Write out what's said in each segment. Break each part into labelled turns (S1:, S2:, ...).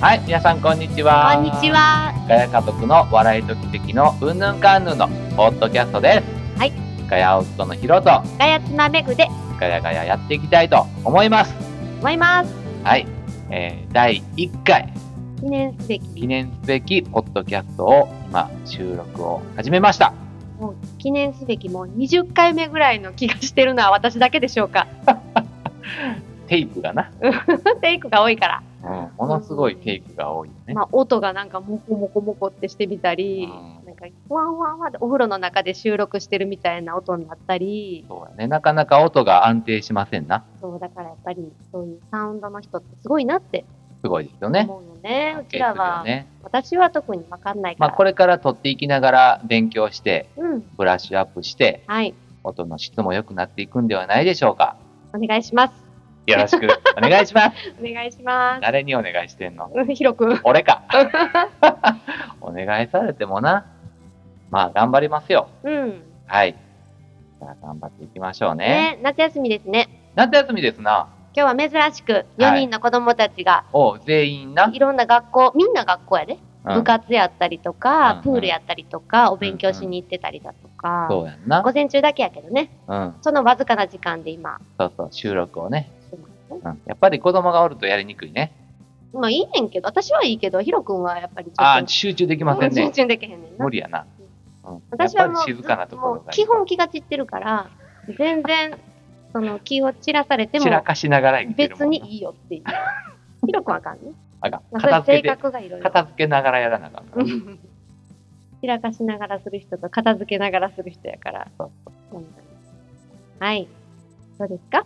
S1: はい、皆さんこんにちは。
S2: こんにち。は。
S1: ガヤ家族の笑いと奇跡のうんぬんかんぬんのポッドキャストです。
S2: はい。
S1: ガヤ夫のヒロと
S2: ガヤツナメグで
S1: ガヤガヤやっていきたいと思います。
S2: 思います。
S1: はい。えー、第1回
S2: 記念すべ
S1: 記
S2: き、
S1: 念すべきポッドキャストを今収録を始めました。
S2: もう記念すべきもう20回目ぐらいの気がしてるのは 私だけでしょうか。
S1: テイクがな。
S2: テイクが多いから。
S1: うん。ものすごいテイクが多いよね。
S2: まあ音がなんかモコモコモコってしてみたり
S1: う、ん
S2: なんかワンワンワンってお風呂の中で収録してるみたいな音になったり、
S1: そうやね。なかなか音が安定しませんな。
S2: そうだからやっぱりそういうサウンドの人ってすごいなって
S1: すごいですよね。
S2: 思うよね。うちらは、
S1: ね。
S2: 私は特にわかんないか
S1: ま
S2: ら。
S1: あこれから撮っていきながら勉強して、
S2: うん。
S1: ブラッシュアップして、
S2: はい。
S1: 音の質も良くなっていくんではないでしょうか。
S2: お願いします。
S1: よろし くお願いします。
S2: お願いします。
S1: 誰にお願いしてんの
S2: うん、広く。
S1: 俺 か。お願いされてもな。まあ、頑張りますよ。
S2: うん。
S1: はい。じゃあ、頑張っていきましょうね。
S2: ね、夏休みですね。
S1: 夏休みですな。
S2: 今日は珍しく4人の子供たちが、
S1: おう全員な。
S2: い、ろんな学校、みんな学校やで、
S1: うん
S2: 部活やったりと
S1: うんう
S2: か
S1: ん、
S2: プールやったりとか、お勉強しに行ってたりだとか、
S1: そうやんな
S2: 午。前中だけやけどね、
S1: うん。
S2: そのわずかな時間で今、
S1: そうそう、収録をね。
S2: してますね
S1: うん。やっぱり子供がおるとやりにくいね。
S2: まあいいねんけど、私はいいけど、ヒロ君はやっぱりちょっと、
S1: ああ、集中できません
S2: 集
S1: ね。
S2: 中できへんねんな
S1: 無。理やな。うん。やっ
S2: 私
S1: ぱ
S2: は
S1: り
S2: もう、
S1: 静かなところ
S2: もう
S1: がいい
S2: 基本気が散ってるから、全然、その気を散らされて
S1: 散ら
S2: も、
S1: かしながら生きてるも
S2: 別
S1: んな。
S2: にいいよっていう。 ヒロ君はあかんね。
S1: あかん
S2: まあ、そ
S1: 片
S2: れ
S1: 付け
S2: 性
S1: て、
S2: 格がいろいろ。
S1: 片付けながらやらなあかん から。
S2: 散らかしながらする人と片付けながらする人やから
S1: そう。
S2: はい。どうですか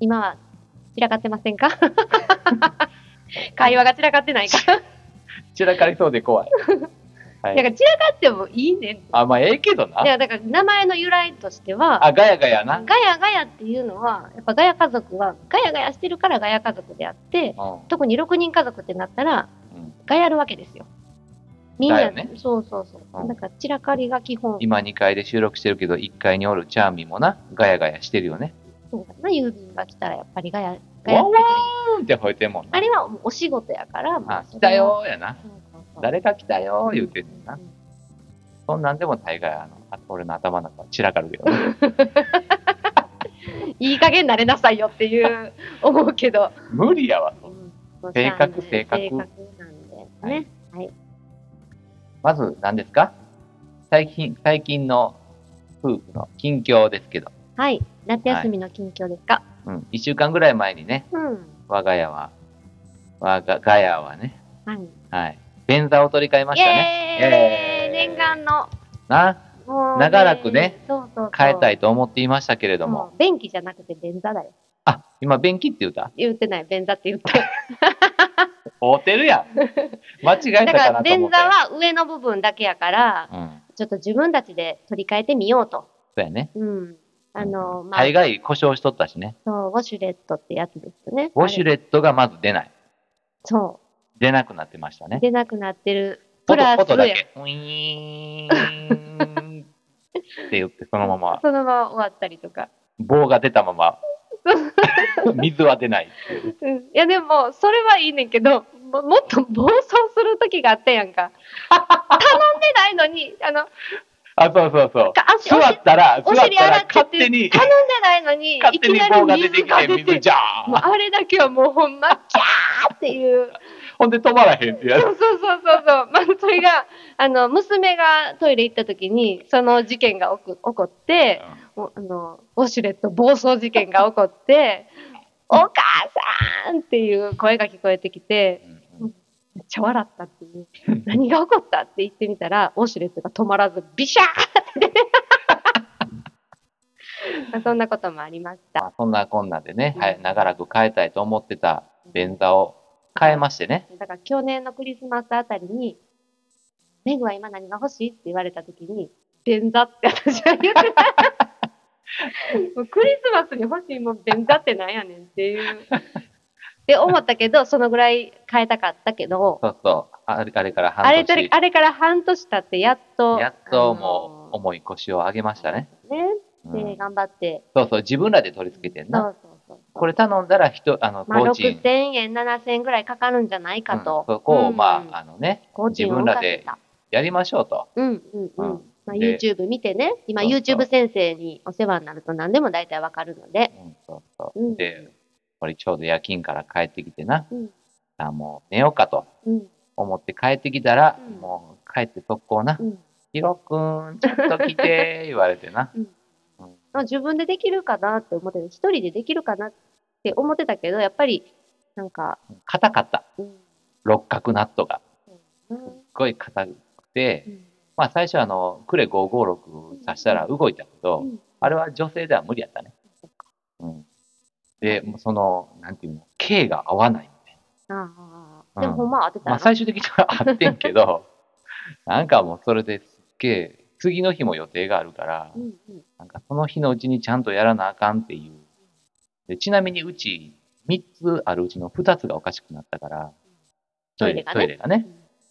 S2: 今は散らかってませ んか会話が散らかってないから。
S1: 散らかりそうで怖 い。は
S2: だか
S1: い、
S2: ら散らかってもいいねん。い
S1: あ、まあええけどな。
S2: やだから名前の由来としては、
S1: あ、ガヤガヤな。うん。
S2: ガヤガヤっていうのは、やっぱガヤ家族は、ガヤガヤしてるからガヤ家族であって、特に6人家族ってなったら、
S1: うん
S2: ガヤるわけですよ。みんな、
S1: だよね
S2: そうそうそう。
S1: うん
S2: なんか散らかりが基本。
S1: 今2階で収録してるけど、1階におるチャーミーもな、ガヤガヤしてるよね。
S2: そうだな、郵便が来たらやっぱりガヤ、ガヤ
S1: ワンワーンって吠えてんもんな。
S2: あれはもうお仕事やから、もう
S1: あ、
S2: そ
S1: 来
S2: れは
S1: た。よーやな。
S2: そうそうそう
S1: 誰か来たよー言うてんねん
S2: う
S1: な。
S2: ん
S1: そんなんでも大概、あの、あ俺の頭の中は散らかる けどね。
S2: いい加減なれなさいよっていう思うけど、
S1: 無理やわ。
S2: うん
S1: 性格性格
S2: 性格なんでね、
S1: まず、何ですか最近、最近の夫婦の近況ですけど。
S2: はい、夏休みの近況ですか、
S1: うん。1週間ぐらい前にね、
S2: うん
S1: 我が家は、我がガヤはね、
S2: はい、
S1: はい。便座を取り替えま
S2: イ
S1: したね。
S2: エーイ
S1: イエーイ
S2: 念願の
S1: な、
S2: もう
S1: 長らくね
S2: そうそうそう
S1: 変えた
S2: い
S1: いと思っていましたけれども。
S2: 便器じゃなくて便座だよ
S1: あ、今、便器って言った
S2: 言ってない便座って言った
S1: 合うてる やん。間違え
S2: だ
S1: たか
S2: から
S1: なと
S2: 便
S1: 思
S2: 座
S1: ったよ。
S2: は上の部分だけやから
S1: うん。
S2: ちょっと自分たちで取り替えてみようと
S1: そうやね。
S2: うん。あの、まあ、
S1: 大概故障しとったしね。
S2: そう、ウォシュレットってやつですよね。
S1: ウォシュ
S2: ット
S1: レットがまず出ない。
S2: そ
S1: 出なくなってました
S2: う。
S1: ね。
S2: 出なくなってる。プ
S1: 音
S2: ラス
S1: 音だけ。ウィーンって言って、そのまま
S2: そのまま終わったりとか。
S1: 棒が出たまま、水は出ない。
S2: うん。いや、でも、それはいいねんけど、ももっと暴走する時があったやん か。頼んでないのに、あの、
S1: あ、そうそうそう。
S2: か足、
S1: 座
S2: 押し
S1: ったら、座
S2: お
S1: っ
S2: 尻
S1: た
S2: 洗っ
S1: ら
S2: て
S1: 勝手に、
S2: 頼んでないのに、
S1: 勝
S2: い
S1: 手
S2: き
S1: に
S2: な
S1: 棒が
S2: り
S1: 出て
S2: 水
S1: き
S2: が
S1: て、
S2: 出
S1: 水
S2: て、
S1: ジャ
S2: もう
S1: ー
S2: あれだけはもうほんま、キャーっていう。
S1: ほんで止まらへんってやつ
S2: そうそうそうそうそう。まあ、それが、あの、娘がトイレ行った時に、その事件が起こ起こって、おあの、ウォシュレット暴走事件が起こって、お母さんっていう声が聞こえてきて、
S1: うん
S2: めっちゃ笑ったっていう。何が起こったって言ってみたら、ウォシュレットが止まらず、ビシャー って。まあそんなこともありました。
S1: まあ、そんなこんなでね、
S2: うん
S1: はい、長らく変えたいと思ってた便座を変えましてね。
S2: だから去年のクリスマスあたりに、メグは今何が欲しいって言われたときに、便座って私は言ってた。もうクリスマスに欲しいもん便座ってなんやねんっていう。って思ったけど、そのぐらい変えたかったけど、
S1: そうそう、あれあれから
S2: あ
S1: 半
S2: れとり
S1: 年、
S2: あれから半年経ってやっと。
S1: やっともう重い腰を上げま
S2: う
S1: したね。
S2: ね。
S1: うん
S2: で、頑張って。
S1: そうそう、自分らで取り付けてん
S2: そ
S1: な。
S2: うそうそう
S1: これ頼んだら人、あの、コ
S2: まあ、
S1: ーチ
S2: 6000
S1: ン、
S2: 円、7000円ぐらいかかるんじゃないかと。
S1: うんそこを、ま
S2: うん
S1: あ、あのね、
S2: コーチンを
S1: 自分
S2: 受
S1: ら
S2: かっ
S1: で
S2: た。
S1: やりましょうと。
S2: うんうんうん。
S1: うん
S2: まあ、
S1: で
S2: YouTube 見てね、今
S1: そうそう
S2: YouTube 先生にお世話になると何でも大体わかるので。
S1: うん、そうそうう。
S2: ん、
S1: で、これちょうど夜勤から帰ってきてな、
S2: うん
S1: あもう寝ようかと
S2: うん
S1: 思って帰ってきたら、
S2: うん
S1: もう帰って速攻な
S2: う、ん
S1: ヒロくん、ちょっと来て、言われてな。
S2: うん
S1: うん
S2: まあ、自分でできるかなって思ってて、一人でできるかなって思ってたけど、やっぱり、なんか、
S1: 硬かった。
S2: うん、
S1: 六角ナットが。
S2: う
S1: すっ
S2: ん
S1: ごい硬くて、
S2: うん
S1: まあ最初あの、クレ556刺したら動いたけど、
S2: うん
S1: あれは女性では無理やったね。うん、で、もうその、なんていうの、K が合わないみたい
S2: あ
S1: うん
S2: あ、でもほんま当て
S1: な。
S2: た
S1: まあ
S2: ら、
S1: 最終的には合ってんけ ど、なんかもうそれですっげえ、次の日も予定があるから、
S2: うんうん、
S1: なんかその日のうちにちゃんとやらなあかんっていう。でちなみにうち、3つあるうちの2つがおかしくなったから、トイレ、ト
S2: ト
S1: イ
S2: イ
S1: レがね
S2: ね。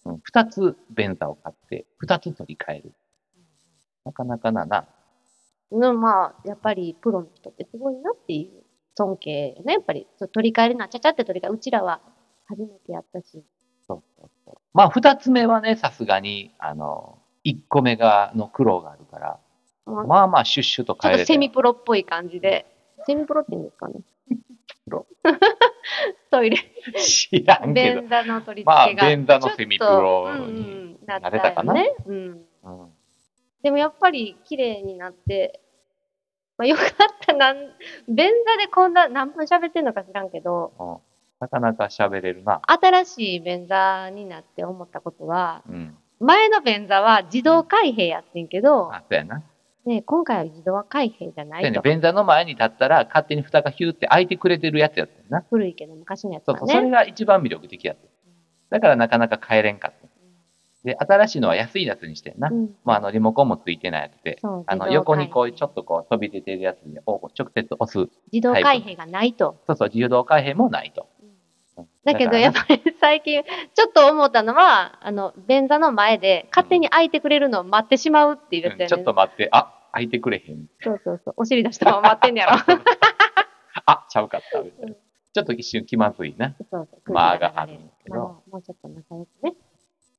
S1: うん、2つ便座を買って、2つ取り替える。なかなかなな。
S2: うん、まあ、やっぱりプロの人ってすごいなっていう尊敬よね。やっぱり、そう取り替えるのは、ちゃちゃって取り替え、うちらは初めてやったし。
S1: そうそうそう。まあ、2つ目はね、さすがに、あの、1個目が、の苦労があるから、
S2: まあ
S1: まあまあ、シュッシュと
S2: ちょ
S1: 変え
S2: っ
S1: れ
S2: と
S1: て
S2: セミプロっぽい感じで。セミプロって言うんですかね。
S1: ロ
S2: トイレ、
S1: 知らんけど。
S2: 便座の取り
S1: まあ
S2: 付けが。
S1: 便座のセミプロ
S2: ちょっとうん
S1: に
S2: うんなった
S1: なれたかな
S2: よね。うん。
S1: うん、
S2: でもやっぱり綺麗になって、まあ、よかったなん、便座でこんな何分喋ってんのか知らんけど、
S1: うんなかなか喋れるな。
S2: 新しい便座になって思ったことは、
S1: うん。
S2: 前の便座は自動開閉やってんけど、
S1: あ、そうやな。
S2: ね、今回は自動開閉じゃな
S1: そうや
S2: い
S1: ね
S2: と。
S1: 便座の前に立ったら、勝手に蓋がヒューって開いてくれてるやつやったよな。
S2: 古いけど昔のやつ
S1: そう
S2: は
S1: そう、それ
S2: ね。
S1: が一番魅力的やった。だからなかなか変えれんかった。で、新しいのは安いやつにしてんな。
S2: うん
S1: まあ、あの、リモコンもついてないやつで、
S2: そう
S1: あの、
S2: 自動
S1: 横
S2: 開閉
S1: にこう、ちょっとこう、飛び出てるやつをこう直接押す。
S2: 自動開閉がないと。
S1: そうそう、自動開閉もないと。
S2: だけ
S1: だから
S2: ど、
S1: ね
S2: やっぱり 最近、ちょっと思ったのは、あの、便座の前で勝手に開いてくれるのを待ってしまうっていうやつ
S1: うん
S2: や
S1: ちょ
S2: ね
S1: っ。と待って、あ、開いてくれ へん。
S2: そうそうそう。お尻出したまま待ってんねや ろ。
S1: あ、ちゃうかった。みたいな
S2: う
S1: ちょっと一瞬気まずいな。
S2: そうそう。
S1: 間
S2: 空気
S1: があ
S2: 流
S1: る
S2: れ
S1: んですけど
S2: まあもうちょっと仲良くね。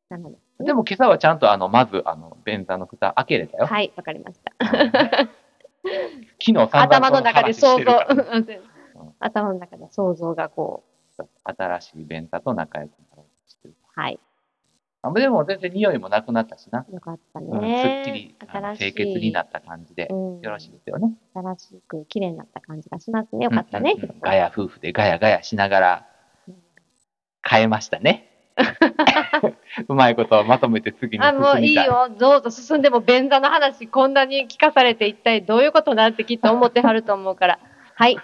S2: なので。
S1: でも今朝はちゃんとあの、まず、あの、便座の蓋開けれたよ。
S2: はい、わかりました。
S1: 昨日散々
S2: 頭の中で想
S1: こ話してるか
S2: 像
S1: らね。
S2: うん 頭の中で想像がこ
S1: 新しい便座と仲良くなろうとしてる。
S2: う、はい、
S1: あでも全然匂いもなくなったしな。
S2: よかった
S1: うん
S2: ね。
S1: すっきり、あの
S2: 新し
S1: 清
S2: い。
S1: 潔になった感じで
S2: う、ん、
S1: よろしいですよね。
S2: 新しく綺麗になった感じがしますね。よかったね。
S1: うんうんうんガヤ夫婦でガヤガヤしながら
S2: うん、
S1: 変えましたね。 うまいことまとめて次に
S2: あ、
S1: 進み
S2: も
S1: た
S2: ういい
S1: い。
S2: よ。どうぞ進んでも便座の話、こんなに聞かされて一体どういうことなんてきっと思ってはると思うから。 はい。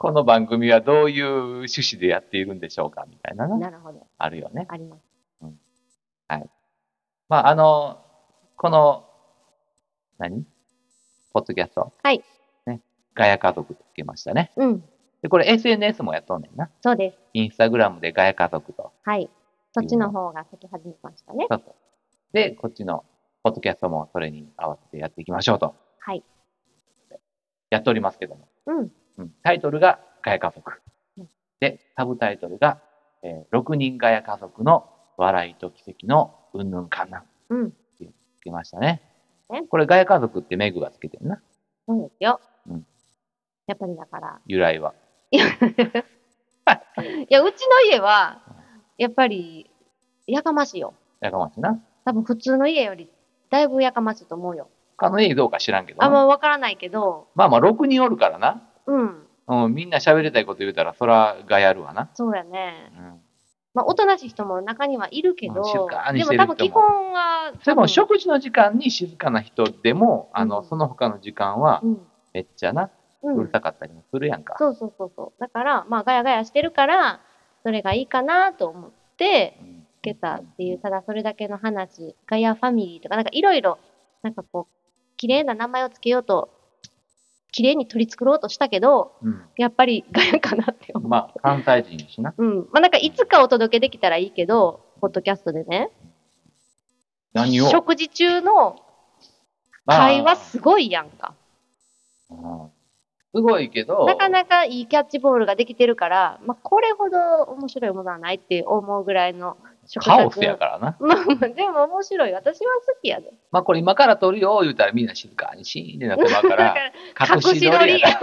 S1: この番組はどういう趣旨でやっているんでしょうかみたいなの
S2: なるほど。
S1: あるよね。
S2: あります。
S1: まあ、あの、この、何ポッドキャスト。
S2: はい。
S1: ね。ガヤ家族つけましたね。
S2: うん。
S1: で、これ SNS もやっとんねんな。
S2: そうです。
S1: インスタグラムでガヤ家族と。
S2: はい。そっちの方が先始めましたね。
S1: そうそうで、こっちのポッドキャストもそれに合わせてやっていきましょうと。
S2: はい。
S1: やっておりますけども。
S2: うん。
S1: うん、タイトルがガヤ家族
S2: うん。
S1: で、サブタイトルが、えー、6人ガヤ家族の笑いと奇跡のうんぬんかんなん。
S2: うん。
S1: つけましたね
S2: ね。
S1: これガヤ家族ってメグがつけてんな。
S2: そうですよ。
S1: うん
S2: やっぱりだから。
S1: 由来は。
S2: いや、うちの家は、やっぱり、やかましいよ。
S1: やかましいな。
S2: 多分普通の家より、だいぶやかましいと思うよ。
S1: 他の家どうか知らんけど。
S2: あんまわからないけど、
S1: まあまあ、6人おるからな。
S2: うん。
S1: うん、みんな喋りたいこと言うたら、そらガヤるわな。
S2: そうやね。
S1: うん。
S2: まあ、おとなしい人も中にはいるけど、
S1: うん静かに
S2: で
S1: して
S2: も
S1: る人も
S2: 多分基本は、
S1: で
S2: 多
S1: も、
S2: 分
S1: 食事の時間に静かな人でも、あの、
S2: うん
S1: その他の時間は
S2: う、ん。
S1: めっちゃな、
S2: う
S1: うんる。さかったりもするやんか。
S2: そうそうそうそう。だから、まあ、ガヤガヤしてるから、それがいいかなと思って、
S1: うん
S2: つけたっていう、ただそれだけの話、ガヤファミリーとか、なんかいろいろ、なんかこう、綺麗な名前をつけようと、綺麗に取り繕ろうとしたけど、
S1: うん。
S2: やっぱりガヤかなって思う。
S1: まあ、関西人やしな。
S2: うん。まあなんかいつかお届けできたらいいけど、ポッドキャストでね、
S1: 何を。
S2: 食事中の会話すごいやんか。
S1: うんうすごいけど、
S2: なかなかいいキャッチボールができてるから、まあ、これほど面白いものはないって思うぐらいの食
S1: カオスやからな。
S2: まあま あ、でも面白い。私は好きやで。
S1: まあこれ今から撮るよ、言うたらみんな静かにシーンってなってまうか ら、
S2: だから、
S1: 隠し撮りやな。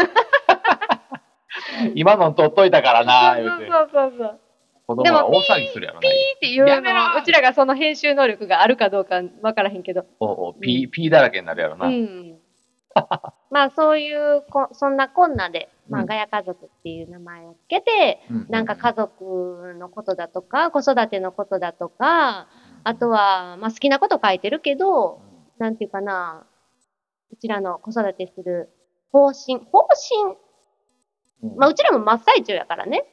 S1: 今の撮っといたからな、言
S2: そう
S1: て。
S2: うそうそうそう。
S1: 子供が大騒ぎするやろな。
S2: っていうの
S1: やめろ
S2: は、うちらがその編集能力があるかどうかわからへんけど。
S1: おうおう、ピー、ピーだらけになるやろな。
S2: うん。まあそういうこ、そんなこんなで、ま
S1: う
S2: あ
S1: ん
S2: ガヤ家族っていう名前をつけて、
S1: う
S2: なんか家族のことだとか、子育てのことだとか、あとは、まあ好きなこと書いてるけど、なんていうかな、うちらの子育てする方針、方針、
S1: うん
S2: まあうちらも真っ最中やからね。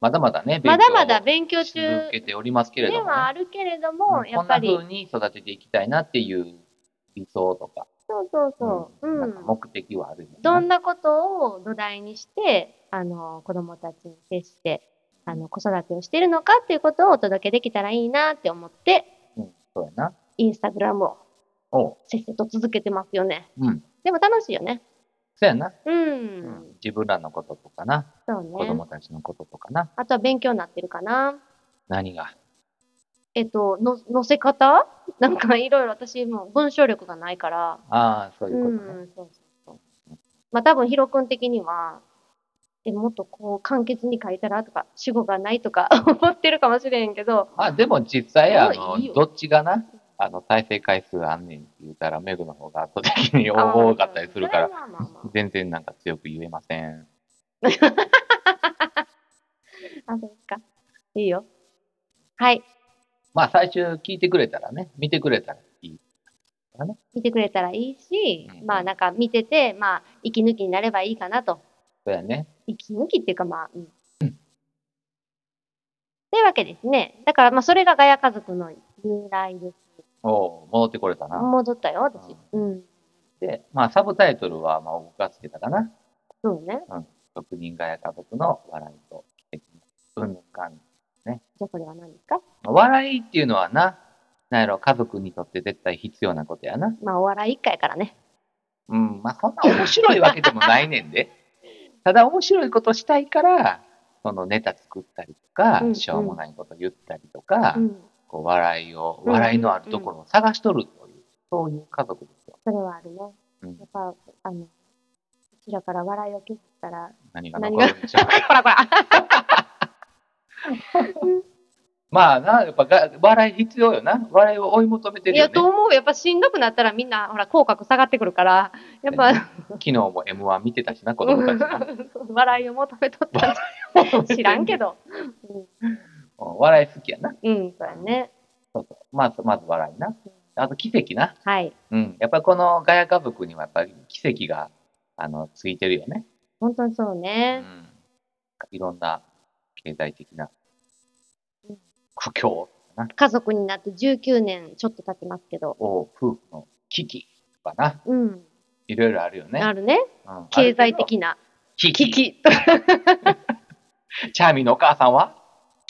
S1: まだまだね、
S2: まだまだ
S1: 勉
S2: 勉強
S1: 強し
S2: 中
S1: 続けておりますけれ
S2: で
S1: どもね、
S2: はあるけれども、
S1: うん
S2: やっぱり
S1: こんな、風に育てていきたいなっていう理想とか、
S2: そうそうそう、う
S1: なんか
S2: ん。
S1: 目的はあるよな
S2: どんなことを土台にして、あの、子供たちに接して、あの、子育てをしてるのかっていうことをお届けできたらいいなって思って、
S1: うん、そうやな。
S2: インスタグラムを
S1: おう、
S2: せっせと続けてますよね。
S1: うん。
S2: でも楽しいよね。
S1: そうやな。
S2: うん。
S1: うん自分らのこととかな、
S2: そう
S1: 子
S2: ね。
S1: 供たちのこととかな、
S2: あとは勉強になってるかな。
S1: 何が。
S2: えっと、の、載せ方なんかいろいろ私もう文章力がないから。
S1: ああ、そういう
S2: う
S1: ことね。
S2: ん、そうそうそう。まあ多分、ヒロ君的には、え、もっとこう、簡潔に書いたらとか、主語がないとか 思ってるかもしれへんけど、
S1: まあ、でも実際、あ
S2: すご
S1: の
S2: いいい、よ
S1: どっちがな、あの、再生回数あんねんって言ったら、メグの方が圧倒的に多かったりするから
S2: あー。まあまあまあま
S1: 全然なんか強く言えません。
S2: あ。あ、そうですか。いいよ。はい。
S1: まあ最終聞いてくれたらね、見てくれたらいい。
S2: 見てくれたらいいし
S1: う、ん
S2: まあなんか見てて、まあ、息抜きになればいいかなと。
S1: そうやね。
S2: 息抜きっていうかまあ、うん。というわけですね。だからまあ、それがガヤ家族の由来です。
S1: おう戻ってこれたな。
S2: 戻ったよ、私。うん。
S1: で、まあサブタイトルは、まあ僕がつけたかな。
S2: そうね。
S1: 職人がや家族の笑いと奇跡の文化。
S2: じゃあこれは何ですか
S1: 笑いっていうのはな、なんやろ、家族にとって絶対必要なことやな。
S2: まあ、お笑い一回からね。
S1: うん、まあそんな面白いわけでもないねん で。ただ面白いことしたいから、そのネタ作ったりとか、
S2: うん
S1: しょうもないこと言ったりとか、
S2: うん。
S1: こう笑いを、
S2: うん
S1: 笑いのあるところを探しとるという、そういう家族ですよ。
S2: それはあるね。
S1: うん
S2: やっぱ、あの、うちらから笑いを消したら、
S1: 何が
S2: 何
S1: 残
S2: が、
S1: るんでしょう。
S2: こらこら。
S1: まあな、やっぱが笑い必要よな。笑いを追い求めて
S2: い
S1: るよ
S2: や、
S1: ね。
S2: と思う。やっぱしんどくなったらみんな、ほら、口角下がってくるから、やっぱ、
S1: 昨日も M1 見てたしな、子供たちな。
S2: 笑いを求めとったんじゃ知ら ん けど。
S1: うん笑い好きやな。
S2: うん、そうやね。
S1: そうそう。まず、まず笑いな。あと奇跡な。
S2: はい。
S1: うん。やっぱりこのガヤ家族にはやっぱり奇跡が、あの、ついてるよね。
S2: 本当にそう
S1: う
S2: ね。
S1: ん。いろんな経済的な
S2: うん
S1: 苦境
S2: 家族になって19年ちょっと経ちますけど。
S1: を夫婦の危機とかな。
S2: うん。
S1: いろいろあるよね。
S2: あるね。
S1: うん
S2: 経済的な。
S1: 危
S2: 危
S1: 機。
S2: 機。
S1: チャーミーのお母さんは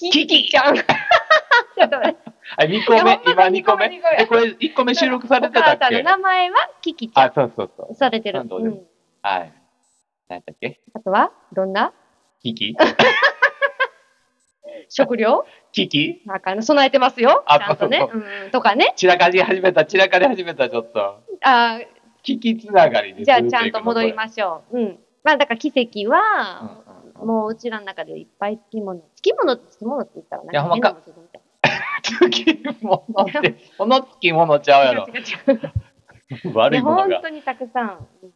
S2: キキちゃん。ちょっと待って
S1: あ、2個
S2: いや
S1: 目、
S2: ほ
S1: 今
S2: んまだ
S1: 2個
S2: 二
S1: 目
S2: 個目。
S1: え、これ1個目収録されて
S2: お
S1: たっ
S2: 母さん
S1: け
S2: の名前はキキちゃ
S1: あ、そうそうそ
S2: ん。
S1: う。
S2: されてる。
S1: どう
S2: う
S1: でも
S2: ん。
S1: はい。何だっけ
S2: あとは、どんな
S1: キキ
S2: 食料
S1: キキ
S2: なんか備えてますよ。
S1: あ
S2: ちゃんとね
S1: そう。
S2: うんとかね。
S1: 散らかり始めた、散らかり始めた、ちょっと。
S2: あ
S1: キキつながりで
S2: ーじゃあちゃんと戻り
S1: す。
S2: ましょう。うん。まあだから奇跡は、
S1: うんうんうん
S2: もううちらの中でいっぱいつきもの。つきもの、つきものって言ったらな
S1: い
S2: ん
S1: やほんま
S2: 変なもんついてみたい
S1: つきものって、このつきものちゃうやろ。
S2: 違う違う違う い
S1: 悪い
S2: や
S1: もの
S2: 本
S1: が。
S2: 当にたくさん。うん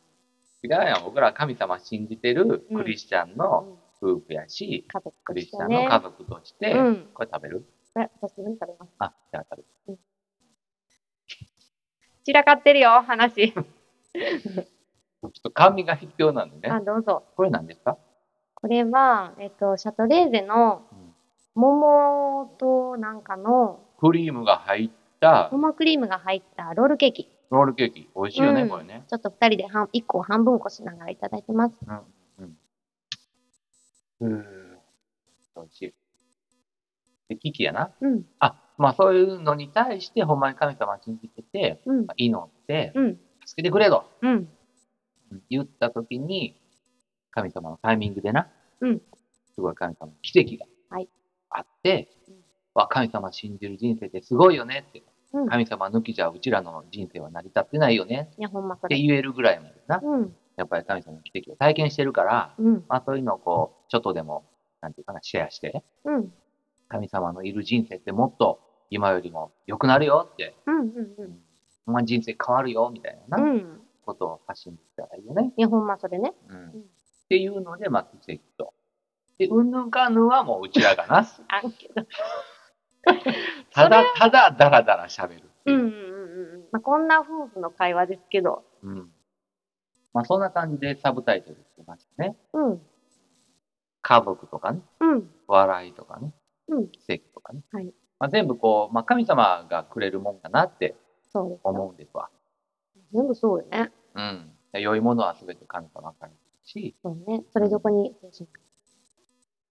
S1: 違うやん。僕らは神様信じてるクリスチャンの
S2: うん
S1: 夫婦やし、
S2: 家族
S1: ク
S2: と
S1: リ
S2: し
S1: ス
S2: て
S1: チャンの
S2: ね。
S1: 家族として、
S2: うん。
S1: これ食べる
S2: あ私何食べます
S1: あ、じゃあ食べる。
S2: 散らかってるよ、話。
S1: ちょっと甘味が必要なんで
S2: あ、
S1: ね。
S2: どうぞ。
S1: これ何ですか
S2: これは、えっと、シャトレーゼの
S1: うん
S2: 桃となんかの、
S1: クリームが入った
S2: 桃クリームが入ったロールケーキ。
S1: ロールケーキ。美味しいよね、
S2: うん
S1: これね。
S2: ちょっと二人で半一個を半分こしながらいただいてます。
S1: うーん。美味しい。で、キキやな。
S2: うん。
S1: あ、まあそういうのに対して、ほんまに神様信じてて、
S2: うん
S1: まあ、祈って、
S2: うん。
S1: 助けてくれと
S2: うん。
S1: 言ったときに、神様のタイミングでな、
S2: うん
S1: すごい神様の奇跡が
S2: はい
S1: あって、
S2: うん
S1: わ神様信じる人生ってすごいよねって、
S2: うん
S1: 神様抜きじゃうちらの人生は成り立ってないよね
S2: いや、ほんまそ
S1: って
S2: れ。
S1: 言えるぐらいまでな、
S2: うん。
S1: やっぱり神様の奇跡を体験してるから、
S2: うん。
S1: まあそういうのをこう、ちょっとでも、なんていうかな、シェアして、
S2: うん。
S1: 神様のいる人生ってもっと今よりも良くなるよって、
S2: うん。うん。
S1: ほんま人生変わるよみたいな
S2: う。
S1: なん
S2: うん。
S1: ことを発信できたらいいよね。
S2: いや、ほんまそれね。
S1: うん
S2: ん
S1: っていうので、まあ、奇跡と。で、うんぬんかんぬんはもううちらが な。
S2: あんけど。
S1: ただ、ただ、だらだら喋る。
S2: うん。うん。うん。うん。まあ、こんな夫婦の会話ですけど。
S1: うん。まあ、そんな感じでサブタイトルつけましたね。
S2: うん。
S1: 家族とかね、
S2: うん。
S1: 笑いとかね、
S2: うん
S1: 奇跡とかね。
S2: はい
S1: まあ、全部こう、まあ、神様がくれるもんかなって
S2: そうですよ。
S1: 思うんですわ。
S2: 全部そうよね。
S1: うん。で良いものは全て神様からですし、
S2: そうね。それどこに、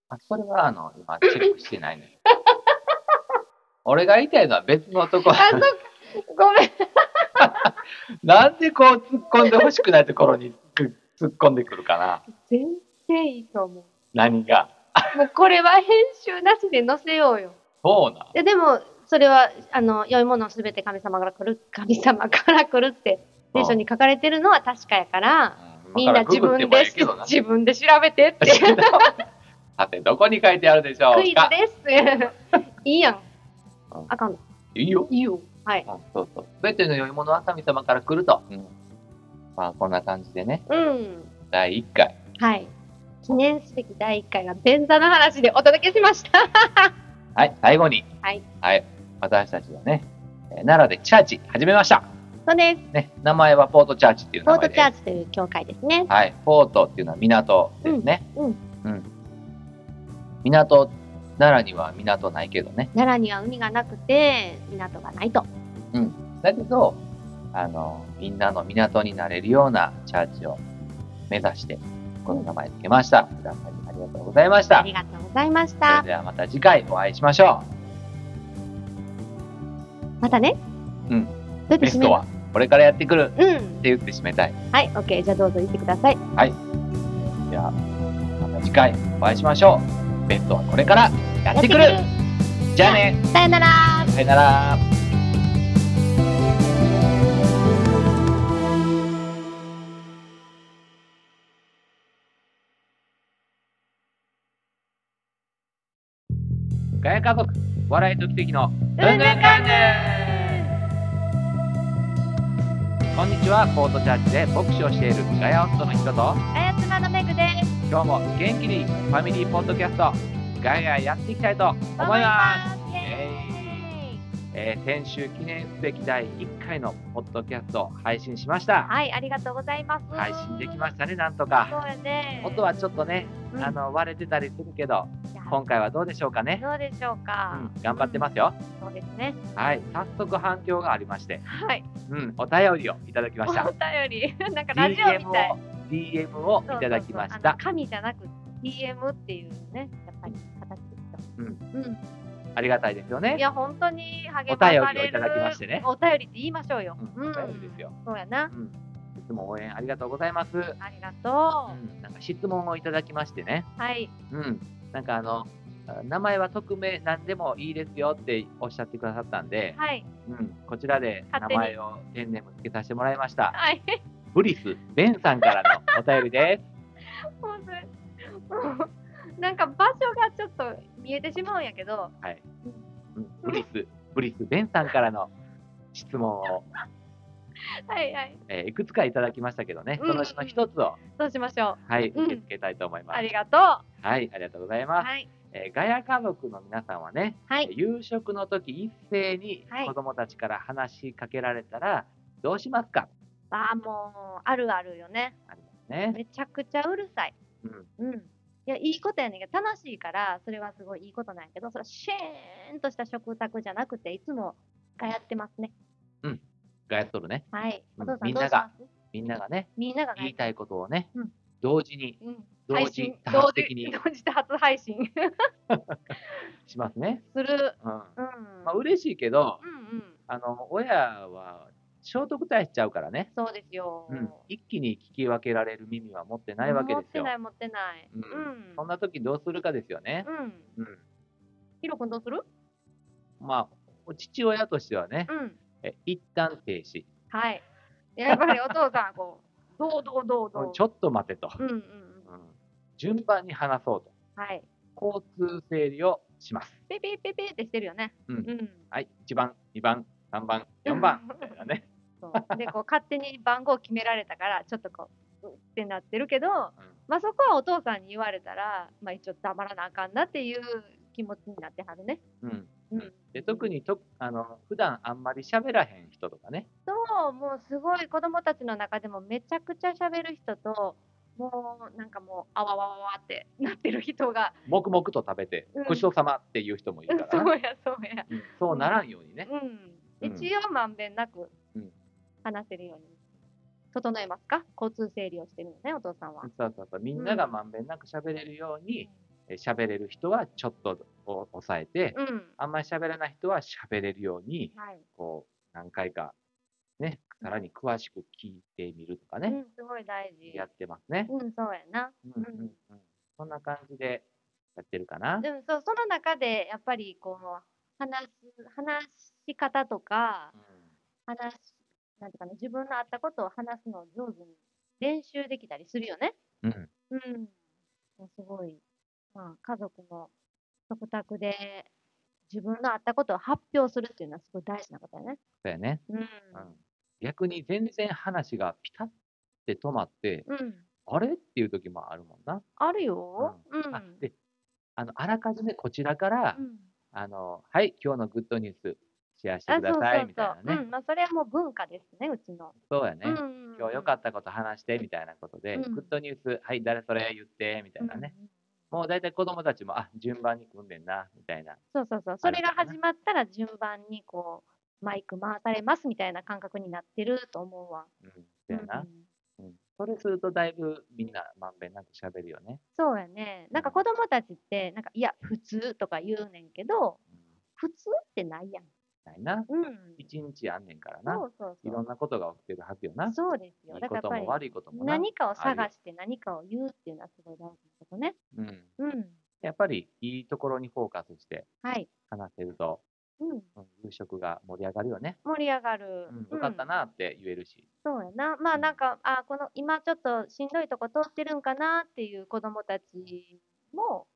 S1: まあ、それは、あの、今、チェックしてない ね。俺が言いたいのは別のとこ。
S2: ごめん。
S1: なんでこう突っ込んでほしくないところにく突っ込んでくるかな
S2: 全然いいと思う。
S1: 何が。
S2: もうこれは編集なしで載せようよ。
S1: そうない
S2: や、でも、それは、あの、良いものすべて神様から来る、神様から来るって、聖書に書かれてるのは確かやから、
S1: ん。
S2: みんな自分で、
S1: 自
S2: 自分で調べてって。
S1: 分 で。さて、どこに書いてあるでしょ
S2: クイ
S1: う
S2: ズ
S1: か
S2: です。 いいやん
S1: うん。
S2: あかんの。
S1: いいよ。
S2: いいよ。はい。
S1: うんそうそう。すべての良いものは神様から来ると。うんまあ、こんな感じでね、
S2: うん。
S1: 第1回。
S2: はい。記念すべき第1回は便座の話でお届けしました。
S1: はい、最後に。
S2: はい。
S1: はい。私たちはね、えー奈良でチャーチ始めました。
S2: そうです。
S1: ね、名前はポートチャーチっていう
S2: ポ
S1: 名
S2: ー
S1: 前で。
S2: トチャーチという教会ですね。
S1: はい、ポートっていうのは港ですね。
S2: うんうん
S1: うん港、奈良には港ないけどね。
S2: 奈良には海がなくて、港がないと。
S1: だけど、あの、みんなの港になれるようなチャーチを目指して、この名前つけました。皆さんにありがとうございまし
S2: あ
S1: た
S2: り。がとうございまし
S1: それ
S2: た。
S1: ではまた次回お会いしましょ
S2: またね。
S1: うん
S2: どうやっ
S1: う。
S2: て
S1: ベ
S2: 締
S1: ス
S2: め
S1: ト
S2: る
S1: は、これからやってくるっ
S2: うん。
S1: て言って締めたい。
S2: はい、オッケー。じゃあどうぞ言ってください。
S1: では、また次回お会いしましょう。ベストはこれからやってくる
S2: やって
S1: じゃあね
S2: さよなら
S1: さよならガヤ家族笑いと奇跡のうんぬんかんぬんこんにちはコートチャーチで牧師をしているガヤ夫の人と
S2: あやつまのめぐです。
S1: 今日も元気にファミリーポッドキャストガヤガヤやっていきたいと思います
S2: イエーイ
S1: えー先週記念すべき第1回のポッドキャストを配信しました。
S2: はい、ありがとうございます。
S1: 配信できま
S2: し
S1: したね、なんと
S2: そ
S1: か。
S2: うやね。
S1: 音はちょっとね、
S2: うん
S1: あの割れてたりするけど、
S2: いや
S1: 今回はどうでしょうかね。
S2: どうでしょう
S1: う
S2: か。
S1: ん、頑張ってますよ。
S2: そうですね。
S1: はい、早速反響がありまして、
S2: はい。
S1: うん、お便りをいただきま
S2: お
S1: した。
S2: 便り、なんか ラジオ
S1: DM
S2: みたい
S1: を。DM をいただきまし
S2: そうそうそうあ
S1: た
S2: の。神じゃなく DM っていうね、やっぱり形ですと。
S1: うん
S2: う
S1: ありがたいですよ
S2: ん。い
S1: ね。
S2: や本当に励まされる。
S1: お便りをいただきましてね
S2: お便りって言いましょうよ。
S1: うんお便りですよ。
S2: そうやな
S1: う。ん、いつも応援ありがとうございます。う
S2: ありがとう。
S1: ん、なんか質問をいただきましてね。
S2: はい。
S1: うん、なんかあの、あ名前は匿名なんでもいいですよっておっしゃってくださったんで、
S2: はい。
S1: うん、こちらで名
S2: 勝手に
S1: 前をペンネームつけさせてもらいました。
S2: はい。
S1: ブリス・ベンさんからのお便りです。
S2: もうそれもうなんか場所がちょっと見えてしまうんやけど、
S1: はい、うん、ブリス、ブリス・ベンさんからの質問を、
S2: はいはい。
S1: えーいくつかいただきましたけどね、
S2: う
S1: そ
S2: ん
S1: のうちの一つを、
S2: そうしましょう。
S1: はい、
S2: うん
S1: 受け付けたいと思います。
S2: ありがとう。
S1: はい、ありがとうございます。
S2: はい。
S1: えーガヤ家族の皆さんはね、
S2: はい。
S1: 夕食の時一斉に
S2: はい
S1: 子供たちから話しかけられたらどうしますか、
S2: ああ、もう、あるあるよね。
S1: ありますね。
S2: めちゃくちゃうるさい。
S1: うん、
S2: うん。いや、いいことやねんけど、楽しいから、それはすごいいいことなんやけど、それはシェーンとした食卓じゃなくて、いつもがやってますね。
S1: がやっとるね。
S2: はい。
S1: う
S2: お
S1: ん
S2: 父さ
S1: みん
S2: んどう
S1: な
S2: し
S1: が
S2: ます
S1: みんながね、
S2: みんなが
S1: 言いたいことをね、
S2: うん
S1: 同時に、
S2: うん、
S1: 同
S2: 配
S1: 時
S2: 信、
S1: 多発的に
S2: 同時同時多発配信
S1: しますね。
S2: する。
S1: うん。
S2: うん。
S1: まあ嬉しいけど、
S2: うんうん。
S1: あの、親は聖徳太子しちゃうからね。
S2: そうですよ。
S1: うん。一気に聞き分けられる耳は持ってないわけですよ。
S2: 持ってない、持ってない。
S1: う
S2: うんん。
S1: そんな時どうするかですよね。
S2: うん。
S1: うん。
S2: ヒロ君どうする
S1: まあ、父親としてはね、
S2: うん。
S1: え一旦停止。
S2: はい。やっぱりお父さん、こ う、どうどうどうどう。
S1: ちょっと待てと。
S2: うんうんうん。
S1: うん。順番に話そうと。
S2: はい。
S1: 交通整理をします。
S2: ペペペペってしてるよね。
S1: うん
S2: うん。
S1: はい。1番、2番、3番、4番。 みたいなね。
S2: そう。で、こう、勝手に番号決められたから、ちょっとこう、うってなってるけど、
S1: うん
S2: まあそこはお父さんに言われたら、まあ一応黙らなあかんなっていう気持ちになってはるね。
S1: うん。
S2: うん。
S1: で、特にと、あの、普段あんまり喋らへん人とかね。
S2: そう、もうすごい子供たちの中でもめちゃくちゃ喋る人と、もうなんかもう、あわわわわってなってる人が、
S1: 黙々と食べて
S2: うん、
S1: ごちそうさまっていう人もいるから
S2: そ
S1: な、
S2: うや、そうや。
S1: うんそうならんようにね。
S2: う。
S1: うんん
S2: 一応まんべんなく
S1: うん
S2: 話せるように整えますか交通整理をしてるのね、お父さんは。
S1: そうそうそう。みんながまんべんなく喋れるように、え喋れる人はちょっとお抑えて、
S2: うん。
S1: あんまり喋らない人は喋れるように、
S2: はい。
S1: こう、何回か、ね、さらに詳しく聞いてみるとか
S2: う
S1: ね、
S2: ん、すごい大事。
S1: やってますね。
S2: うん、そうやな。
S1: うんうんうん。そんな感じでやってるかな。
S2: でもそう、その中で、やっぱりこう、話す、話し方とか、話し、なんていうかな、自分のあったことを話すのを上手に練習できたりするよね。
S1: うん。うん
S2: うん。すごい、まあ、家族の食卓で自分のあったことを発表するっていうのはすごい大事なことだね。
S1: そうやね。
S2: うん。
S1: うん。逆に全然話がピタって止まって、
S2: うん。
S1: あれっていう時もあるもんな。
S2: あるよ。う
S1: あ
S2: ん。
S1: で、あの、あらかじめこちらから、
S2: うん
S1: あの、はい、今日のグッドニュースシェアして
S2: あ、
S1: く
S2: そ
S1: だ
S2: うそう
S1: さい、み
S2: そ
S1: た
S2: う
S1: い。
S2: う
S1: なね。
S2: ん。まあ、それはもう文化ですね、うちの。
S1: そうやね。
S2: うん。
S1: 今日良かったこと話してみたいなことで、
S2: うん
S1: グッドニュース、はい、誰それ言ってみたいなね、。もう大体子供たちも、あ順番に組んでんな、みたいな、
S2: そうそうそう。それが始まったら順番にこう、マイク回されますみたいな感覚になってると思うわ。
S1: うん、そうや
S2: う
S1: な、
S2: ん
S1: うんそれするとだいぶみんなまんべんなく喋るよね。
S2: そうやね。なんか子供たちって、なんか、いや、普通とか言うねんけど、
S1: うん、
S2: 普通ってないやん。
S1: ないな、
S2: うん。
S1: 一日あんねんからな、
S2: そうそう
S1: いろ
S2: そ
S1: んなことが起きてるはずよな、
S2: う。
S1: い
S2: そうですよ。
S1: い
S2: だ
S1: こ
S2: からや
S1: とも
S2: っぱり
S1: 悪いこともな、
S2: 何かを探して何かを言うっていうのはすごい大事なことね。
S1: うん、
S2: うん。
S1: やっぱりいいところにフォーカスして
S2: はい。
S1: 話せると、
S2: うん。
S1: うん、夕食が盛り上がるよね、
S2: 盛り上がる。
S1: うん、よかったなって言えるし、
S2: そうやな。まあなんか、あこの今ちょっとしんどいとこ通ってるんかなっていう子供たちも、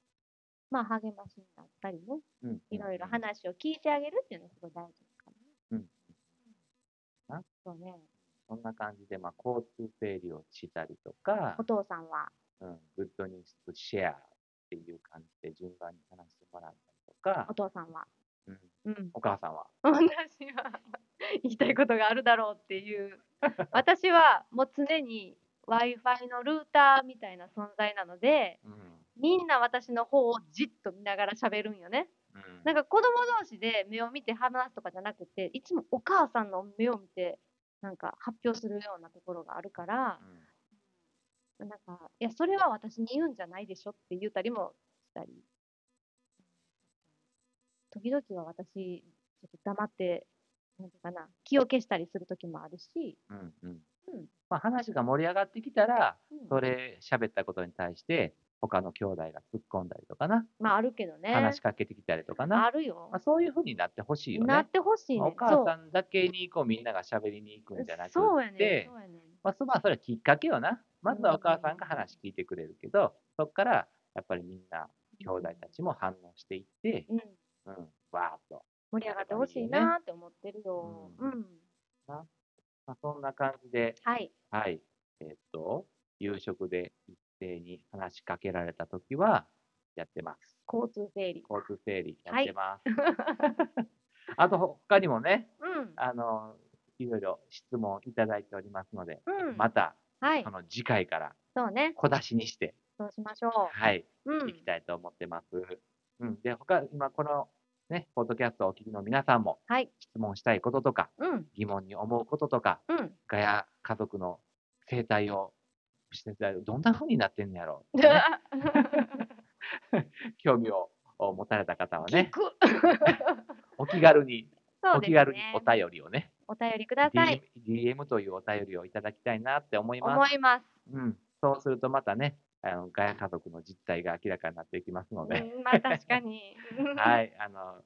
S2: まあ励ましになったりね、
S1: うん
S2: いろいろ話を聞いてあげるっていうのはすごい大事かな。
S1: うんな
S2: そうね。
S1: そんな感じで、まあ、交通整理をしたりとか
S2: お、父さんは、
S1: うん、グッドニュースシェアっていう感じで順番に話してもらったりとか
S2: お、父さんは。
S1: うん、
S2: うん。
S1: お母さんは、
S2: 私は 言いたいことがあるだろうっていう。私はもう常に Wi-Fi のルーターみたいな存在なので、
S1: うん
S2: みんな私の方をじっと見ながら喋るんよね。
S1: うん
S2: なんか子供同士で目を見て話すとかじゃなくて、いつもお母さんの目を見て、なんか発表するようなところがあるから、なんか、いや、それは私に言うんじゃないでしょって言ったりもしたり。時々は私、ちょっと黙って、なんていうかな、気を消したりする時もあるし、
S1: うんうんうん
S2: うん
S1: まあ、話が盛り上がってきたら、
S2: うん
S1: それ喋ったことに対して、他の兄弟が突っ込んだりとかな、
S2: まああるけどね。
S1: 話しかけてきたりとかな、
S2: あるよ
S1: まあ、。そういうふうになってほしいよ
S2: なっ
S1: ね。
S2: てほしい
S1: まあ
S2: ね
S1: お
S2: ん。
S1: 母さんだけにこうみんなが喋りに行くんじゃなくて、
S2: そうやねん。そうやねん。
S1: まあ、そまあそれはきっかけよな。まずはお母さんが話聞いてくれるけど、そこからやっぱりみんな、兄弟たちも反応していって、
S2: うん。
S1: うん、わーっと。
S2: 盛り上がってほしいなーって思ってるよ。
S1: うん
S2: うん。
S1: まあ、そんな感じで、
S2: はい。
S1: はい。えっと、夕食で一斉に話しかけられたときは、やってます。
S2: 交通整理。
S1: 交通整理やってます。 あと、他にもね、
S2: うん。
S1: あの、いろいろ質問いただいておりますので、
S2: うん。
S1: また、
S2: はい
S1: そ。の次回から
S2: そうね。
S1: 小出しにして、
S2: そうしましょ
S1: はい。
S2: う。う
S1: いき
S2: ん。
S1: たいと思ってます。うん。で、他、今このね、ポッドキャストをお聞きの皆さんも、
S2: はい。
S1: 質問したいこととか、
S2: うん。
S1: 疑問に思うこととか、
S2: うん。
S1: ガヤ家族の生態を、してどんな風になってんのやろう、興味を持たれた方はね、
S2: く。
S1: お気軽に、
S2: そ
S1: お
S2: うです
S1: 気軽に
S2: ね
S1: お。便りをね、
S2: お便りください。
S1: DM DM というお便りをいただきたいなって思いま
S2: 思
S1: す。
S2: います。
S1: うん。そうするとまたね、あの、ガヤ家族の実態が明らかになっていきますので、
S2: うんまあ確 かに。い。
S1: はい。あの、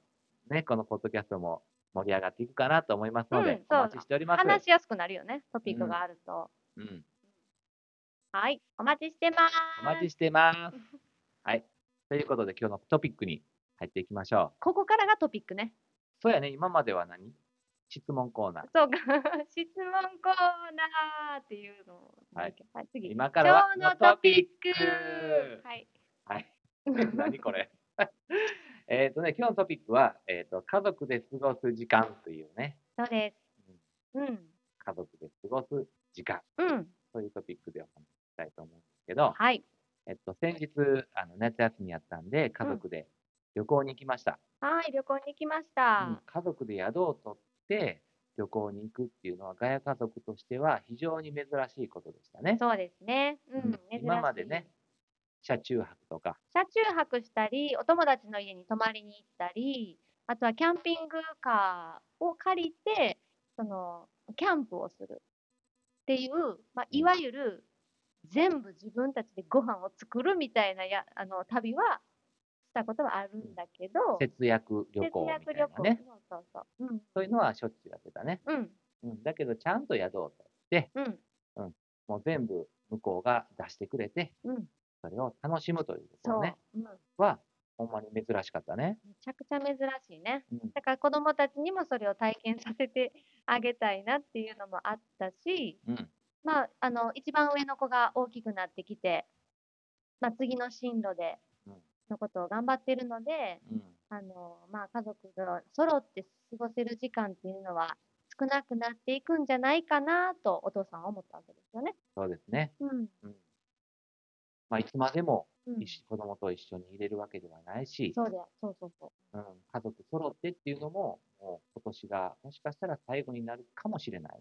S1: ね、このポッドキャストも盛り上がっていくかなと思いますので、
S2: うん
S1: お
S2: そう
S1: 待ちしております。
S2: 話しやすくなるよね、トピックがあると。
S1: うん。
S2: はい。お待ちしてます。
S1: お待ちしてます。 はい。ということで今日のトピックに入っていきましょう。
S2: ここからがトピックね。
S1: そうやね、今までは何質問コーナー。
S2: そうか。質問コーナーっていうのを。
S1: はい。
S2: 次。
S1: 今からは
S2: 今日のトピッ
S1: のトピッ
S2: ク。
S1: ク
S2: はい。
S1: はい。 何これ。 えっとね、今日のトピックは、えっ、と、家族で過ごす時間というね、
S2: そうです。うん。
S1: 家族で過ごす時間
S2: うん。
S1: というトピックでお話ししたいと思うんですけど、
S2: はい。
S1: えっと、先日、あの、夏休みやったんで、家族で旅行に行きました。
S2: はい。旅行に来まし
S1: うん
S2: た。
S1: 家族で宿を取って旅行に行くっていうのは、ガヤ家族としては非常に珍しいことでしたね。
S2: そうですね。う
S1: うん
S2: ん。珍しい
S1: 今までね。車中泊とか、
S2: 車中泊したり、お友達の家に泊まりに行ったり、あとはキャンピングカーを借りて、その、キャンプをするっていう、まあ、いわゆる、全部自分たちでご飯を作るみたいなや、あの、旅は、したことはあるんだけど、
S1: 節約旅行みたいなね。
S2: そうそうそう。うん、
S1: そういうのはしょっちゅうやってたね。
S2: うん、
S1: うん、だけど、ちゃんと宿を取る
S2: うん、
S1: もう全部向こうが出してくれて、
S2: うん、
S1: それを楽しむということ
S2: そう、
S1: ね、
S2: うん。
S1: は、ほんまに珍しかったね。
S2: めちゃくちゃ珍しいね。
S1: うん
S2: だから子供たちにもそれを体験させてあげたいなっていうのもあったし、
S1: うん。
S2: まあ、あの、一番上の子が大きくなってきて、まあ、次の進路で
S1: うん、
S2: のことを頑張ってるので、
S1: うん。
S2: あの、まあ、家族が揃って過ごせる時間っていうのは少なくなっていくんじゃないかなと、お父さんは思ったわけですよね。
S1: そうですね。
S2: うん。
S1: うん。まあ、いつまでも
S2: うん、
S1: 一緒、子供と一緒にいれるわけではないし、
S2: そうだよ。そうそうそう。
S1: うん、家族揃ってっていうのも、もう今年がもしかしたら最後になるかもしれない。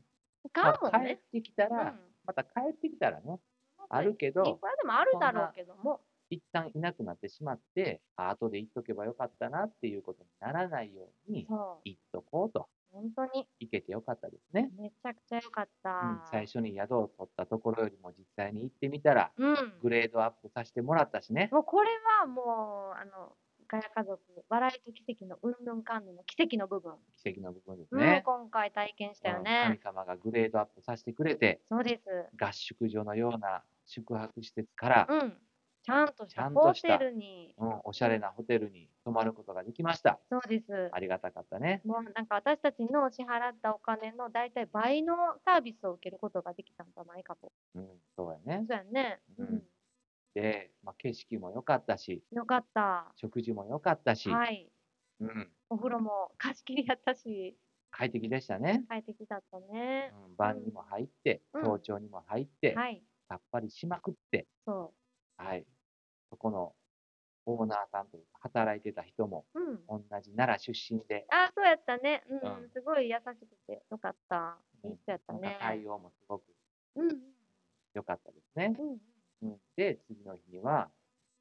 S2: かも
S1: まあ帰っ
S2: ね。
S1: てきた
S2: う
S1: ら、
S2: ん
S1: また帰ってきたらね、あるけ
S2: い
S1: ど
S2: く、らでもあるだろうけども、
S1: 一旦いなくなってしまって、あ後で行っとけばよかったなっていうことにならないように、
S2: そ
S1: 行っとこうと。
S2: う、本当に
S1: 行けてよかったですね。
S2: めちゃくちゃ良かっ
S1: うん
S2: た。、
S1: 最初に宿を取ったところよりも実際に行ってみたら、
S2: うん
S1: グレードアップさせてもらったしね。
S2: もうこれはもう、あの、ガヤ家族、笑いと奇跡のうんぬんかんぬんの奇跡の部分、
S1: 奇跡の部分です
S2: うん
S1: ね。
S2: 今回体験したよ
S1: うん神
S2: ね。
S1: 様がグレードアップさせてくれて、
S2: そうです。
S1: 合宿所のような宿泊施設から、
S2: うん。ちゃんとし
S1: ちゃ
S2: た
S1: んと
S2: ホ
S1: した
S2: テルに、
S1: うん、おしゃれなホテルに泊まることができました。
S2: そうです。
S1: ありがたかったね。
S2: もうなんか私たちの支払ったお金の大体倍のサービスを受けることができたんじゃないかと。
S1: うん、そうやね
S2: そ。うやね。
S1: う
S2: うんん。
S1: で、まあ、景色も良かったし、
S2: よかった。
S1: 食事も良かったし、
S2: はい。
S1: うん、
S2: お風呂も貸し切りやったし、
S1: 快適でしたね。
S2: 快適だった
S1: う
S2: ね。
S1: ん、晩にも入って、
S2: うん
S1: 早朝にも入って、
S2: はい。
S1: さっぱりしまくって、
S2: そ
S1: はい。そこのオーナーさんというか、働いてた人も
S2: う。うん。
S1: 同じ奈良出身で、
S2: あ、そうやったね。うん。
S1: うん
S2: すごい優しくてよかった。いい人やった
S1: なんか
S2: ね。
S1: 対応もすごく
S2: うん。
S1: 良かったですね。
S2: うん。
S1: うん、で、次の日には、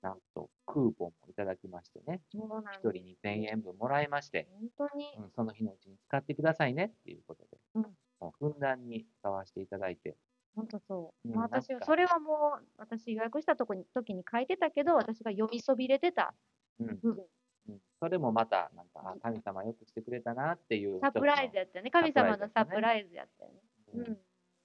S1: なんとクーポンもいただきましてね、
S2: そうなん
S1: 一
S2: です。
S1: 人2000円分もらいまして、
S2: 本当に。
S1: うん、その日のうちに使ってくださいねっていうことで、
S2: うん
S1: もうふんだんに使わせていただいて、
S2: 本当そう。
S1: うん
S2: もう私
S1: なん
S2: は、
S1: か
S2: それはもう、私予約したとこに、時に書いてたけど、私が読みそびれてた
S1: うん
S2: 部分。
S1: うん、それもまた、なんか、あ神様よくしてくれたなっていう、
S2: サプライズやったよね。神様のサプライズやったよね。
S1: 一つ
S2: う
S1: の、うん
S2: ん。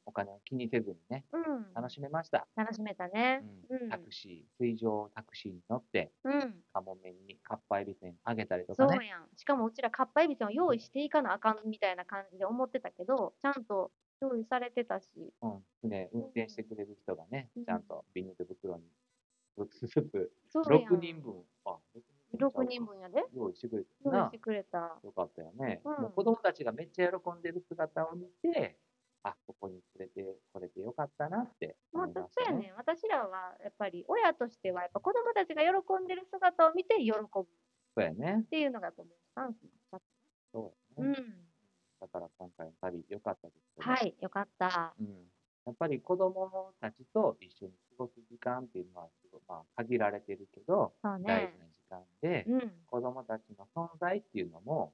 S1: お金を気にせずにね、
S2: うん。
S1: 楽しめました。
S2: 楽しめたね。
S1: う、
S2: うんん
S1: タクシー、水上タクシーに乗って、
S2: うん。
S1: カモメにカッパエビせんあげたりとか
S2: そ
S1: ね。
S2: うやん。しかもうちらかっぱえびせんを用意していかなあかんみたいな感じで思ってたけど、ちゃんと用意されてたし、
S1: うん、船、運転してくれる人がね、
S2: うん
S1: ちゃんとビニール袋に、6つずつ、
S2: そうやん。
S1: 6人分、あ、
S2: 6人。分やで。
S1: 用意してくれた
S2: 用意し
S1: な
S2: て。くれた。
S1: よかったよね。
S2: うん
S1: もう子供たちがめっちゃ喜んでる姿を見て、あ、ここに連れてこれてよかったなって
S2: も
S1: 思
S2: う
S1: いまし
S2: そう
S1: た
S2: や
S1: ね。
S2: ねん。私らは、やっぱり、親としては、やっぱ子供たちが喜んでる姿を見て喜ぶっ
S1: そうやね。
S2: ていうのが、このスタンスになっち
S1: そう
S2: ゃ
S1: や
S2: っ
S1: ね。
S2: た。うん。
S1: だから今回の旅よかったですけど
S2: はい、よかった。
S1: うんやっぱり子供たちと一緒に過ごす時間っていうのは、まあ、限られてるけど、
S2: そ
S1: 大
S2: うね
S1: 事。な時間で、
S2: うん。
S1: 子供たちの存在っていうのも、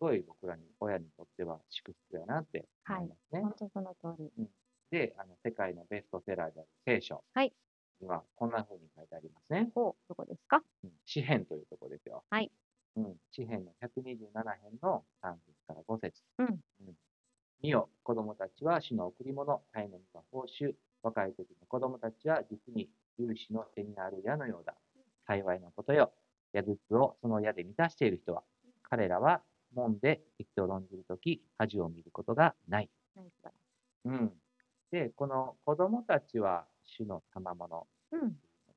S1: ごい僕らに、親にとっては祝福だなって思いますね。
S2: 本当その通り。
S1: で、あの、世界のベストセラーである聖書。
S2: はい。
S1: 今、こんな風に書いてありますね。
S2: ほう、どこですか
S1: うん詩篇というところですよ。
S2: はい。
S1: うん。詩篇の127編の3節から5節。
S2: うん。
S1: うん。見よ、子供たちは主の贈り物、タイの実は報酬。若い時の子供たちは実に有志の手にある矢のようだ。幸いなことよ。矢筒をその矢で満たしている人は、彼らは門で敵と論じるとき、恥を見ることがない。
S2: 何ですか
S1: うん。で、この子供たちは主の賜物
S2: うん。
S1: な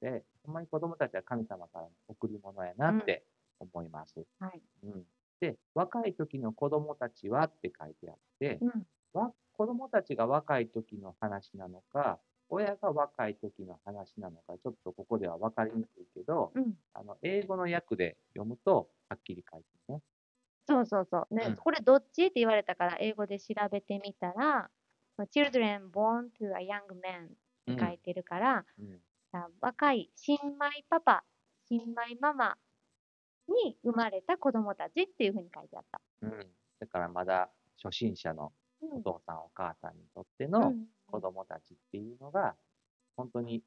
S1: ので、ほんまに子供たちは神様からの贈り物やなって思います。
S2: はい。
S1: うん。で、若い時の子供たちはって書いてあって、
S2: うん。
S1: わ子供たちが若い時の話なのか、親が若い時の話なのか、ちょっとここでは分かりにくいけど、
S2: うん。
S1: あの、英語の訳で読むと、はっきり書いてね。
S2: そうそうそう。ね、
S1: うん
S2: これどっちって言われたから、英語で調べてみたら、children born to a young man って書いてるから、
S1: うん。
S2: あ若い新米パパ、新米ママに生まれた子供たちっていうふうに書いてあった。
S1: うん。だからまだ初心者の
S2: う
S1: お
S2: ん
S1: 父さんお母さんにとって
S2: う
S1: の
S2: ん
S1: 子供たちっていうのが、本当に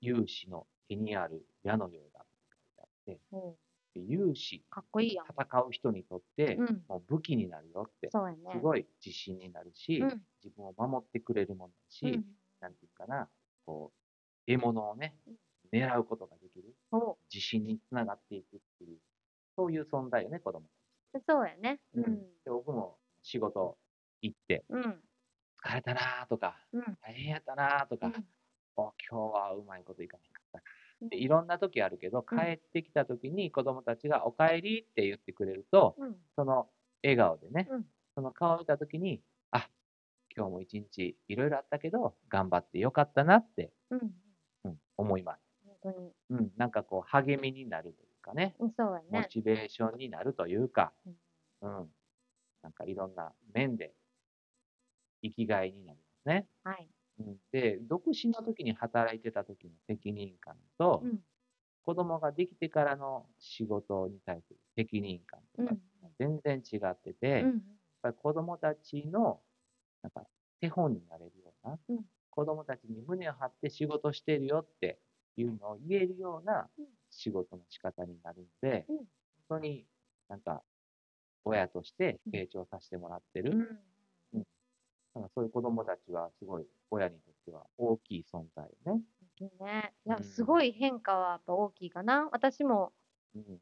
S1: 有志の手にある矢のようだって書いてあって、
S2: うん
S1: で有志、
S2: かっこいいやん。
S1: 戦う人にとって
S2: う、ん。
S1: もう武器になるよって、す
S2: そうやね。
S1: ごい自信になるし
S2: う、ん
S1: 自分を守ってくれるものだ
S2: う
S1: し、
S2: ん。
S1: なんていうかな、こう、獲物をね
S2: うん、
S1: 狙うことができる、
S2: そ
S1: 自信につながっていくっていう、そういう存在よね、子供。
S2: うそうやね。う
S1: うんん。で僕も仕事行って、
S2: うん。
S1: 疲れたなーとか、
S2: うん。
S1: 大変やったなーと
S2: う
S1: か、
S2: ん
S1: お今日はうまいこといかへんかった
S2: うん
S1: なでいろんな時あるけど、帰ってきた時に子供たちがお帰りって言ってくれると、
S2: うん。
S1: その笑顔でね、
S2: うん
S1: その顔を見た時に、あ、今日も一日いろいろあったけど、頑張ってよかったなって、
S2: うん。
S1: うん、思います。
S2: 本当に。
S1: うん、なんかこう励みになるというかね、
S2: うんそうやね。
S1: モチベーションになるというか
S2: うん、
S1: うん、なんかいろんな面で生きがいになりますね。
S2: はい。
S1: うんで、独身の時に働いてた時の責任感と、
S2: うん。
S1: 子供ができてからの仕事に対する責任感
S2: う
S1: とか
S2: ん。、
S1: 全然違ってて、や
S2: う
S1: っ
S2: ん。
S1: ぱり子供たちの、なんか、手本になれるような、
S2: うん
S1: 子供たちに胸を張って仕事してるよっていうのを言えるような
S2: うん
S1: 仕事の仕方になるので、
S2: うん
S1: 本当になんか、親として成長させてもらってる、
S2: うん。
S1: なんかそういう子供たちはすごい親にとっては大きい存在よね。
S2: いいね。いや、
S1: うん
S2: すごい変化はやっぱ大きいかな。私も、
S1: うん。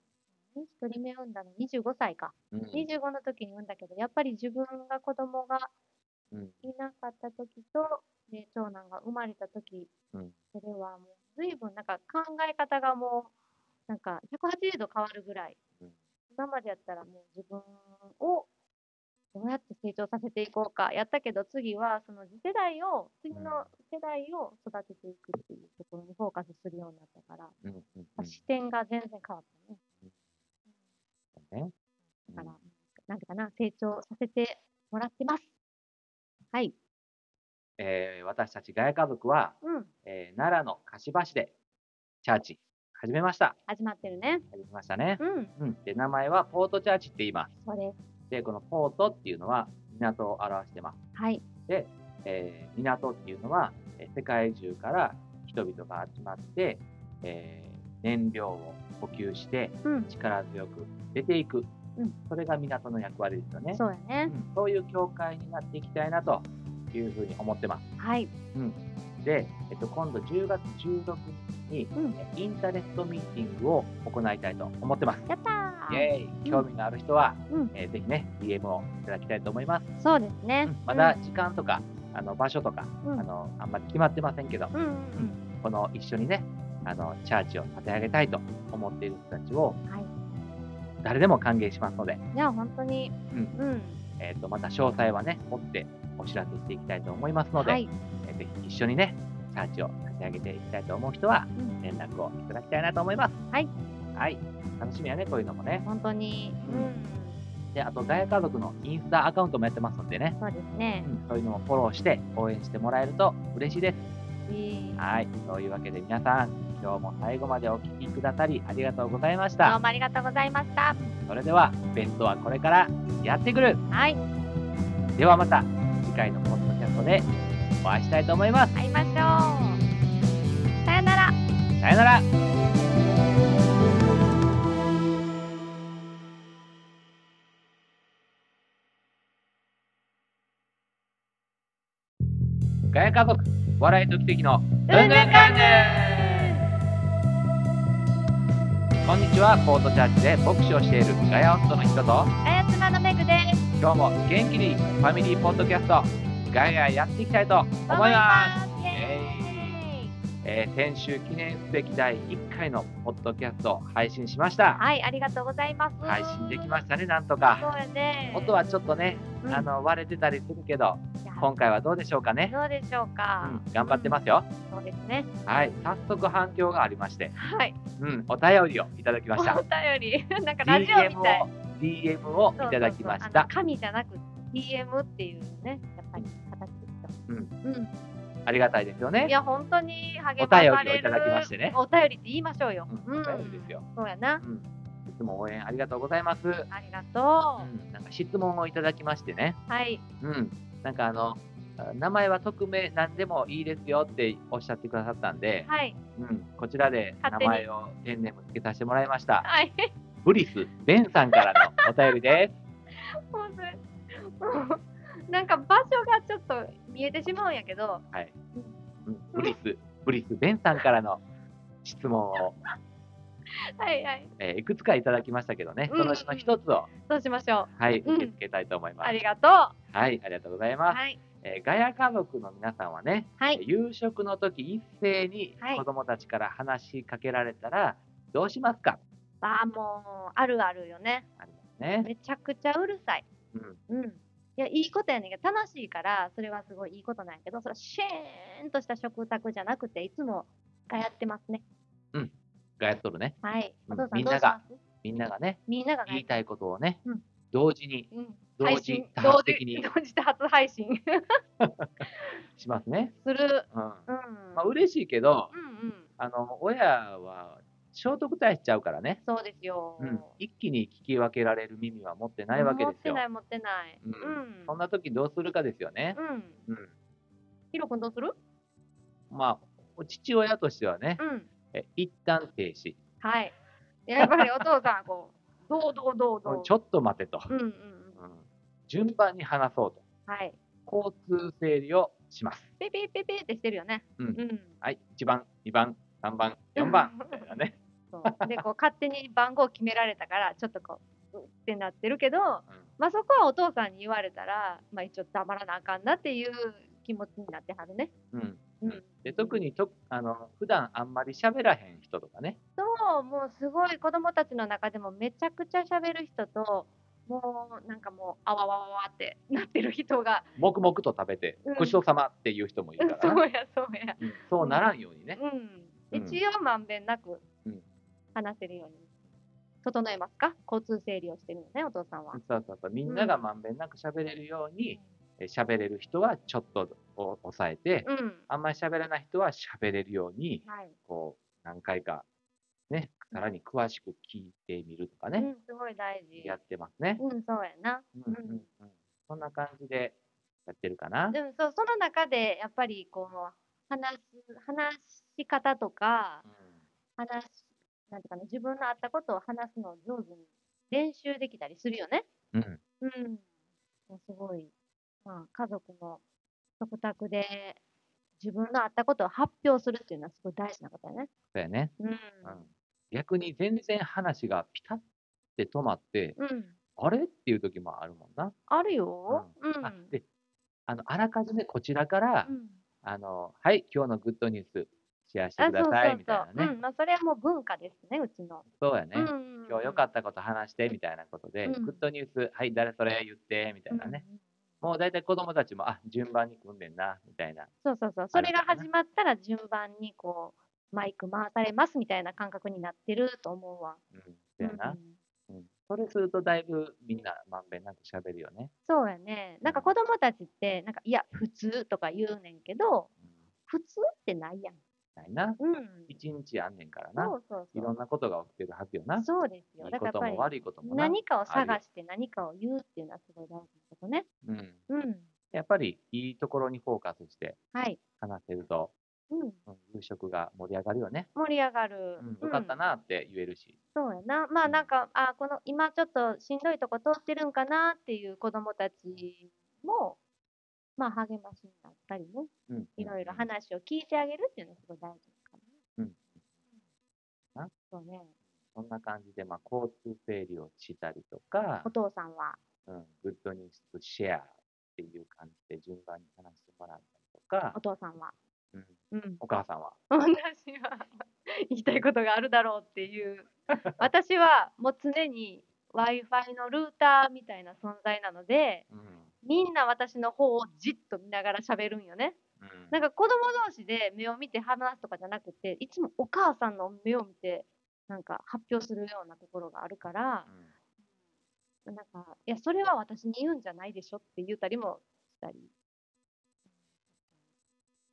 S2: 一人目産んだの25歳か。
S1: うん
S2: 25の時に産んだけど、やっぱり自分が子供が
S1: うん。
S2: いなかった時と、ね、長男が生まれた時、
S1: うん
S2: それはもう随分なんか考え方がもう、なんか180度変わるぐらい。
S1: うん
S2: 今までやったらもう自分をどうやって成長させていこうかやったけど次はその次世代を次の世代を育てていくっていうところにフォーカスするようになったから、
S1: うん。うん。
S2: 視点が全然変わったね
S1: うん。ね。うん
S2: だから、なんていうかな成長させてもらってますはい
S1: えー私たちガヤ家族は、
S2: うん
S1: えー奈良の柏市でチャーチ始めました。
S2: 始まってるね
S1: 始めましたね。
S2: うん
S1: うん。で、名前はポートチャーチって言います。
S2: そうです
S1: で、このポートっていうのは港を表してます。
S2: はい
S1: で、えー港っていうのは、えー世界中から人々が集まって、えー燃料を補給して
S2: うん
S1: 力強く出ていく。
S2: うん
S1: それが港の役割ですよね。
S2: そうやね
S1: うんそういう教会になっていきたいなというふうに思ってます。
S2: はい
S1: で、えっと、今度10月16日に、
S2: うん
S1: えインターネットミーティングを行いたいと思ってます。
S2: やっ
S1: イ
S2: たー
S1: エーイ興味のある人は、
S2: うん
S1: えーぜひね、DM をいただきたいと思います。
S2: そうですね、
S1: うんまだ時間とか、あの場所とか、
S2: うん
S1: あの、あんまり決まってませんけど、
S2: うんうん
S1: この一緒にね、あの、チャーチを立て上げたいと思っている人たちを
S2: うんは
S1: 誰でも歓迎しますので、
S2: いじゃあ本当に
S1: うん
S2: うん
S1: えっ、と、また詳細はね、追ってお知らせしていきたいと思いますので、
S2: はい
S1: えーぜひ一緒にね、チャーチを立て上げていきたいと思う人は、
S2: うん
S1: 連絡をいただきたいなと思います。
S2: はい。
S1: はい。楽しみやね、こういうのもね。
S2: 本当に
S1: う
S2: うんん、
S1: で、あと、ガヤ家族のインスタアカウントもやってますのでね、
S2: そうですね
S1: うんそういうのもフォローして応援してもらえると嬉しいです。
S2: いい
S1: はい。というわけで皆さん、今日も最後までお聞きくださりありがとうございまし
S2: どう
S1: た。
S2: もありがとうございました。
S1: それでは、弁当はこれからやってくる
S2: はい、
S1: ではまた次回のポッドキャストでお会いしたいと思います。
S2: 会いましょう。さよなら。
S1: さよならガヤ家族、笑いと奇跡の
S2: うん
S1: ぬかんこんにちは、コートチャーチで牧師をしているガヤ夫の人と
S2: あやつまのめぐです。
S1: 今日も元気にファミリーポッドキャストガヤガヤやっていきたいと思います。
S2: すイエーイ
S1: えー先週記念すべき第1回のポッドキャストを配信しました。
S2: はい、ありがとうございます。
S1: 配信できま
S2: し
S1: したね、なんと
S2: そ
S1: か。
S2: うやね。
S1: 音はちょっとね、
S2: うん
S1: あの割れてたりするけど、
S2: いや
S1: 今回はどうでしょうかね。
S2: どうでしょう
S1: う
S2: か。
S1: ん、頑張ってますよ。
S2: そうですね。
S1: はい、早速反響がありまして、
S2: はい。
S1: うん、お便りをいただきました
S2: お。便り、なんか ラジオ
S1: DM
S2: みたい。
S1: を DM をいただきまし
S2: そうそうそうあの
S1: た。
S2: 神じゃなく DM っていうね、やっぱり形ですよ。
S1: うん
S2: う
S1: ありがたいですよ
S2: ん。い
S1: ね。
S2: や本当に励まされる。
S1: お便りをいただきましてね
S2: お便りって言いましょうよ。
S1: うんお便りですよ。
S2: そうやな
S1: う。ん、いつも応援ありがとうございます。う
S2: ありがと
S1: ん、なんか質問をいただきましてね。
S2: う。はい。
S1: うん、なんかあの、あ名前は匿名なんでもいいですよっておっしゃってくださったんで、
S2: はい。
S1: うん、こちらで名
S2: 勝手に
S1: 前をペンネームつけさせてもらいました。
S2: はい。
S1: ブリス、ベンさんからのお便りです。
S2: もうそれもうなんか場所がちょっと見えてしまうんやけど、
S1: はい。うん、ブリス、ブリス、ベンさんからの質問を、
S2: はいはい。
S1: えーいくつかいただきましたけどね、
S2: うん
S1: そのうちの一つを、
S2: そうしましょう。
S1: はい、
S2: うん
S1: 受け付けたいと思います。
S2: ありがとう。は
S1: はい、ありがとうございます。
S2: い。
S1: えーガヤ家族の皆さんはね、
S2: はい。
S1: 夕食の時一斉に
S2: はい
S1: 子供たちから話しかけられたらどうしますか、
S2: ああ、もう、あるあるよね。
S1: ありますね。
S2: めちゃくちゃうるさい。
S1: うん、
S2: うん。いや、いいことやねんけど、楽しいから、それはすごいいいことなんやけど、それはシェーンとした食卓じゃなくて、いつもがやってますね。
S1: がやっとるね。
S2: はい。
S1: う
S2: お
S1: ん
S2: 父さ
S1: み
S2: ん
S1: ん
S2: どう
S1: な
S2: し
S1: が
S2: ます
S1: みんながね、
S2: みんながが
S1: 言いたいことをね、
S2: うん
S1: 同時に、
S2: うん、
S1: 同
S2: 配
S1: 時
S2: 信、
S1: 多発的に
S2: 同時同時多発配信
S1: しますね。
S2: する。
S1: うん。
S2: うん。
S1: まあ、嬉しいけど、
S2: うんうん。
S1: あの、親は聖徳太子しちゃうからね。
S2: そうですよ。
S1: うん。一気に聞き分けられる耳は持ってないわけですよ
S2: 持ってな。い、持ってない。
S1: う
S2: うんん。
S1: そんな時どうするかですよね。
S2: うん。
S1: うん。
S2: ヒロ君どうする
S1: まあ、父親としてはね、
S2: うん。
S1: え一旦停止。
S2: はい。やっぱりお父さん、こう、どうどうどうどう。
S1: ちょっと待てと。
S2: うんうんうん。
S1: うん。順番に話そうと。
S2: はい。
S1: 交通整理をします。
S2: ペペペペってしてるよね。
S1: うん
S2: うん。
S1: はい、1番、2番、3番、4番。みたいなね。
S2: そうでこう勝手に番号決められたからちょっとこううってなってるけど、まあ、そこはお父さんに言われたら、まあ、一応黙らなあかんなっていう気持ちになってはるね。
S1: うん。うん
S2: うん
S1: うんで特にとあの普段あんまり喋らへん人とかね、
S2: そうもうすごい子供たちの中でもめちゃくちゃ喋る人ともうなんかもうあわわわわってなってる人が、
S1: 黙々と食べて
S2: うん、
S1: ごちそうさまっていう人もいるか
S2: そ
S1: らな、
S2: うやそうや、
S1: うんそうならんようにね、
S2: う、
S1: うんん
S2: 一応まんべんなく
S1: うん
S2: 話せるように整えますか交通整理をしてるよねお父さんは。
S1: そうそうそうみんながまんべんなく喋れるように、え喋れる人はちょっとお抑えて、
S2: うん
S1: あんまり喋らない人は喋れるように、
S2: はい
S1: こう、何回か、ね、さらに詳しく聞いてみるとか
S2: う
S1: ね、
S2: ん、すごい大事。
S1: やってますね。
S2: うん、そうやな。
S1: うんうんうんそんな感じでやってるかな。
S2: でもそうその中でやっぱりこう話す話し方とか
S1: うん
S2: 話しなんていうかな自分のあったことを話すのを上手に練習できたりするよね。
S1: うん
S2: うん。もうすごい、まあ、家族の食卓で自分のあったことを発表するっていうのはすごい大事なことやね。
S1: そうやね。
S2: うん。
S1: うん逆に全然話がピタッて止まって、
S2: うん。
S1: あれっていう時もあるもんな。
S2: あるよ。うん。う
S1: あ
S2: ん。
S1: であのあらかじめこちらから、あの、はい、今日のグッドニュースシェアして
S2: あ、
S1: く
S2: そ
S1: だ
S2: うそう
S1: さいみ
S2: そ。
S1: たいうな
S2: う
S1: ね。
S2: ん。まあ、それはもう文化ですね、うちの。
S1: そうやね。
S2: うん。
S1: 今日良かったこと話してみたいなことで、
S2: うん
S1: グッドニュース、はい、誰それ言ってみたいなね。
S2: うん。
S1: もう大体子供たちも、あ順番に組んでんな、みたいな。
S2: そうそうそう。
S1: あ
S2: そ
S1: る
S2: れ
S1: から
S2: が
S1: ね
S2: 始まったら順番にこう、マイク回されますみたいな感覚になってると思うわ。
S1: うん、そうやな
S2: う、ん
S1: うん。それするとだいぶみんなまんべんなく喋るよね。
S2: そうやね。なんか子供たちって、なんか、いや、普通とか言うねんけど、
S1: うん
S2: 普通ってないやん。
S1: たいな。
S2: うん。
S1: 一日あんねんから
S2: そ
S1: な。
S2: うそう
S1: いろん
S2: そ
S1: なことが起きてるはずよな。
S2: う。
S1: い
S2: そうですよ。
S1: い
S2: だ
S1: こ
S2: からや
S1: とも
S2: っぱり
S1: 悪いこともな。
S2: 何かを探して何かを言うっていうのはすごい大事なことね。
S1: うん。
S2: うん。
S1: やっぱりいいところにフォーカスして
S2: はい。
S1: 話せると、
S2: うん。
S1: うん夕食が盛り上がるよね。
S2: 盛り上がる。
S1: うん、よかったなって言えるし。
S2: そうやな。まあなんか、あこの今ちょっとしんどいとこ通ってるんかなっていう子供たちも、まあ励ましになったりね、
S1: うん。
S2: いろいろ話を聞いてあげるっていうのはすごい大事かな。
S1: うん。な
S2: そうね。
S1: そんな感じで、まあ、交通整理をしたりとか
S2: お、父さんは、
S1: うん、グッドニュースとシェアっていう感じで順番に話してもらったりとか
S2: お、父さんは。
S1: うん、
S2: うん。
S1: お母さんは、
S2: 私は言いたいことがあるだろうっていう。私はもう常に Wi-Fi のルーターみたいな存在なので、
S1: うん
S2: みんな私の方をじっと見ながら喋るんよね。
S1: うん
S2: なんか子供同士で目を見て話すとかじゃなくて、いつもお母さんの目を見て、なんか発表するようなところがあるから、なんか、いや、それは私に言うんじゃないでしょって言ったりもしたり。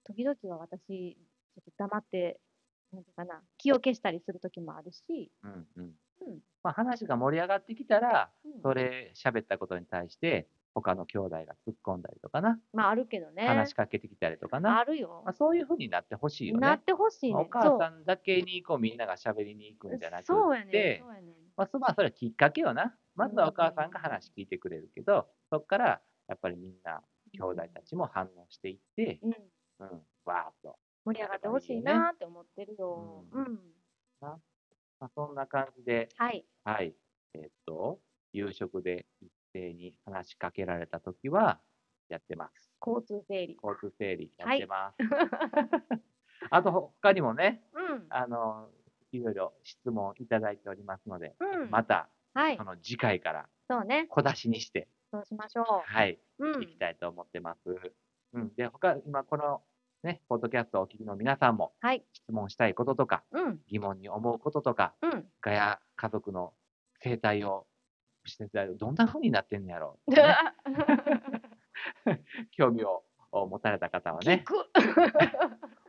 S2: 時々は私、ちょっと黙って、なんていうかな、気を消したりする時もあるし、
S1: うんうんうん
S2: うん
S1: まあ、話が盛り上がってきたら、
S2: うん
S1: それ喋ったことに対して、他の兄弟が突っ込んだりとかな、
S2: まああるけどね。
S1: 話しかけてきたりとかな、
S2: あるよ
S1: まあ、。そういうふうになってほしいよね。
S2: なってほしい
S1: まあ
S2: ね
S1: お
S2: ん。
S1: 母さんだけにこうみんなが喋りに行くんじゃなくて、
S2: そうそうやねん。そうやねん。
S1: まあ、そまあそれはきっかけよな。まずはお母さんが話聞いてくれるけど、そこからやっぱりみんな、兄弟たちも反応していって、
S2: うん。
S1: うん、わーっと。
S2: 盛り上がってほしいなーって思ってるよ。
S1: う
S2: うんん。
S1: まあ、そんな感じで、
S2: はい。
S1: はい。えっと、夕食で一斉に話しかけられたときは、やってます。
S2: 交通整理。
S1: 交通整理やってます。あと、他にもね、
S2: うん。
S1: あの、いろいろ質問いただいておりますので、
S2: うん
S1: また、
S2: はい
S1: そ。の次回から
S2: そうね。
S1: 小出しにして、
S2: そうしましょ
S1: はい。
S2: う。う
S1: いき
S2: ん。
S1: たいと思ってます。うん、で、他、今この、ね、ポッドキャストをお聞きの皆さんも、
S2: はい。
S1: 質問したいこととか、
S2: うん。
S1: 疑問に思うこととか、
S2: うん。
S1: ガヤ家族の生態を、施設をどんな風になってんのやろ う、ね、
S2: 聞
S1: 興味をお持たれた方はね、
S2: く。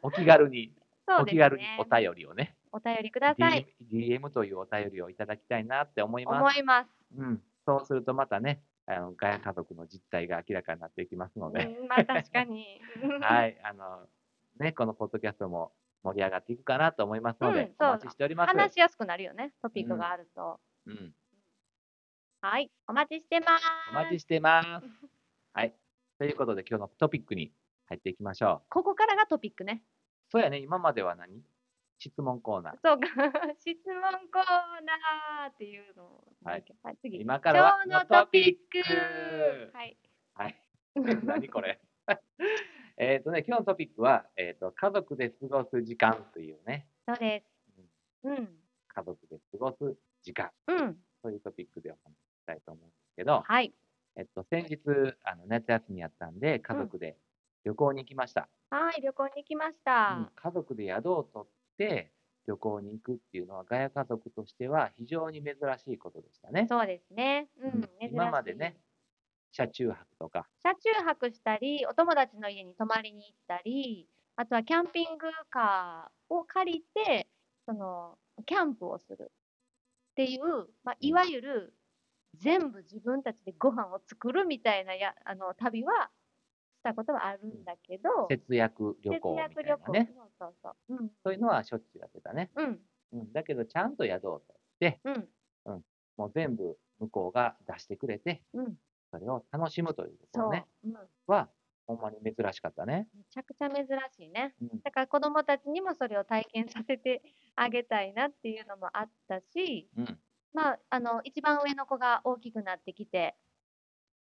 S1: お気軽に、
S2: そ
S1: お
S2: うです
S1: 気軽に
S2: ね
S1: お。便りをね、
S2: お便りください。
S1: DM, DM というお便りをいただきたいなって思います。
S2: 思います。
S1: うん、そうするとまたね、あのガヤ家族の実態が明らかになっていきますので、
S2: うんまあ確か に。。
S1: はいい、あの、ね、このポッドキャストも盛り上がっていくかなと思いますので、
S2: うん
S1: お
S2: そう
S1: 待ちしております。
S2: 話しやすくなるよね。トピックがあると。
S1: うん、
S2: はい。お待ちしてます。
S1: お待ちしてます。 はい、ということで今日のトピックに入っていきましょう。
S2: ここからがトピックね。
S1: そうやね、今までは何質問コー ナー。
S2: そうか。 質問コーナーっていうのを。
S1: はい。
S2: 次。
S1: 今からは
S2: 今日のトピッ
S1: のトピッ
S2: ク。
S1: ク
S2: はい。
S1: はい、何これ。 えっとね、今日のトピックは、えっ、と、家族で過ごす時間というね、
S2: そうです。うん。
S1: 家族で過ごす時間
S2: うん。
S1: というトピックでお話ししたいと思うんですけど、
S2: はい。
S1: えっと、先日、あの夏休みやったんで、家族で旅行に行きました。
S2: はい、旅行に行きまし
S1: うん
S2: た。
S1: 家族で宿を取って旅行に行くっていうのは、ガヤ家族としては非常に珍しいことでしたね。
S2: そうですね。う
S1: うん
S2: ん、珍しい
S1: 今までね。車中泊とか、
S2: 車中泊したり、お友達の家に泊まりに行ったり、あとはキャンピングカーを借りて、その、キャンプをするっていう、まあ、いわゆる、全部自分たちでご飯を作るみたいなやあの旅はしたことはあるんだけど、
S1: 節約旅
S2: 節
S1: 行み
S2: 約
S1: たいなね。
S2: そうそうそう。うん、
S1: そういうのはしょっちゅうやってたね。
S2: うん、
S1: うん、だけど、ちゃんと宿を取って、
S2: うん、
S1: もう全部向こうが出してくれて、
S2: うん、
S1: それを楽しむというこ
S2: そ
S1: と
S2: う、
S1: ね、
S2: うん。
S1: は、ほんまに珍しかったね。
S2: めちゃくちゃ珍しいね。
S1: うん
S2: だから子どもたちにもそれを体験させてあげたいなっていうのもあったし、
S1: うん
S2: まあ、あの一番上の子が大きくなってきて、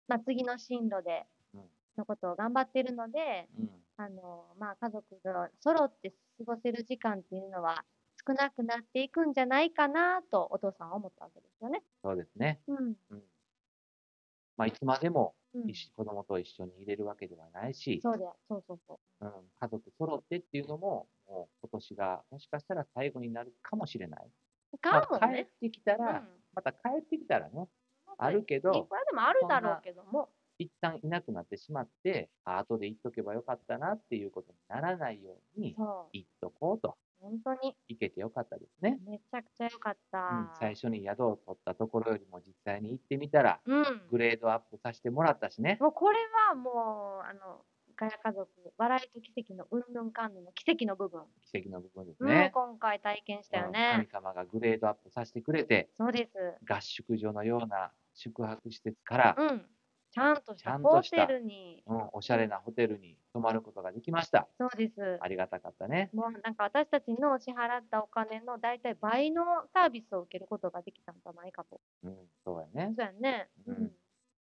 S2: まあ、次の進路で
S1: うん
S2: のことを頑張ってるので、
S1: うん
S2: あのまあ、家族が揃って過ごせる時間っていうのは少なくなっていくんじゃないかなとお父さんは思ったわけですよね。
S1: そうですね。
S2: うん
S1: うんまあ、いつまでも
S2: うん、
S1: 一緒子供と一緒にいれるわけではないし、
S2: そうだよそうそうそう
S1: うん、家族揃ってっていうのも、もう今年がもしかしたら最後になるかもしれない。
S2: かも
S1: まあ帰っ
S2: ね。
S1: てきた
S2: うん
S1: ら、また帰ってきたらね、あるけ
S2: いっ
S1: ど、
S2: ぱいでもあるだろうけども、
S1: 一旦いなくなってしまって、あ後で言っとけばよかったなっていうことにならないように、
S2: そ
S1: 言っとこうと、
S2: う。本当に、
S1: いけてよかったですね。
S2: めちゃくちゃ良かっ
S1: うん
S2: た。、
S1: 最初に宿を取ったところよりも実際に行ってみたら、
S2: うん。
S1: グレードアップさせてもらったしね。
S2: もうこれはもう、あの、ガヤ家族、笑いと奇跡のうんぬんかんぬんの奇跡の部分。
S1: 奇跡の部分です
S2: うん、
S1: ね。
S2: 今回体験したよ
S1: うん神
S2: ね。
S1: 様がグレードアップさせてくれて、
S2: そうです。
S1: 合宿所のような宿泊施設から、
S2: うん。ちゃんとし
S1: ちゃ
S2: た
S1: ん
S2: ホ
S1: とした
S2: テルに。
S1: うん、おしゃれなホテルに泊まることができました。
S2: そうです。
S1: ありがたかったね。
S2: もうなんか私たちの支払ったお金の大体倍のサービスを受けることができたんじゃないかと。
S1: うん、そうやね
S2: そ。うやね。
S1: う
S2: うんん。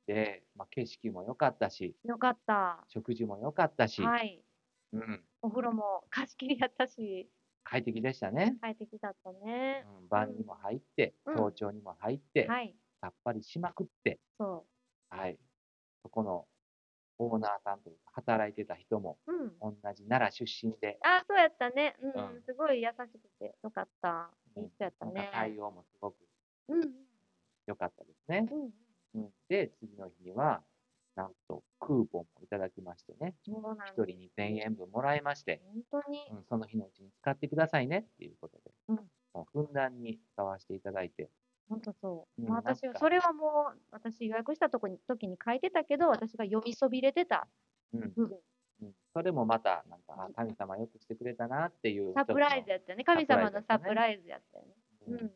S1: で、まあ、景色も良かったし、
S2: よかった。
S1: 食事も良かったし、
S2: はい。
S1: うん、
S2: お風呂も貸し切りやったし、
S1: 快適でしたね。
S2: 快適だった
S1: う
S2: ね。
S1: ん、晩にも入って、
S2: うん
S1: 早朝にも入って、
S2: はい。
S1: さっぱりしまくって、
S2: そ
S1: はい。そこのオーナーさんというか、働いてた人も
S2: う。うん。
S1: 同じ奈良出身で、
S2: あ、そうやったね。うん。
S1: うん
S2: すごい優しくて、よかった。いい人やった
S1: なん
S2: ね
S1: か。対応もすごく
S2: うん。うん。
S1: 良かったですね。
S2: うん。
S1: うん、で、次の日には、なんとクーポンもいただきましてね、
S2: そうなん
S1: 1
S2: です。
S1: 人2000円分もらいまして、
S2: 本当に。
S1: うん、その日のうちに使ってくださいねっていうことで、
S2: うん
S1: もうふんだんに使わせていただいて、
S2: 本当そう。
S1: うん
S2: もう
S1: なん
S2: 私は
S1: か
S2: それはもう、私予約したとこに時に書いてたけど、私が読みそびれてた
S1: うん
S2: 部分。
S1: うん、それもまた、なんか、あ神様よくしてくれたなっていう、
S2: サプライ
S1: 一
S2: ズやったよね。神様のサ
S1: サプ
S2: プ
S1: ラ
S2: ライズやったよね。
S1: つの、うん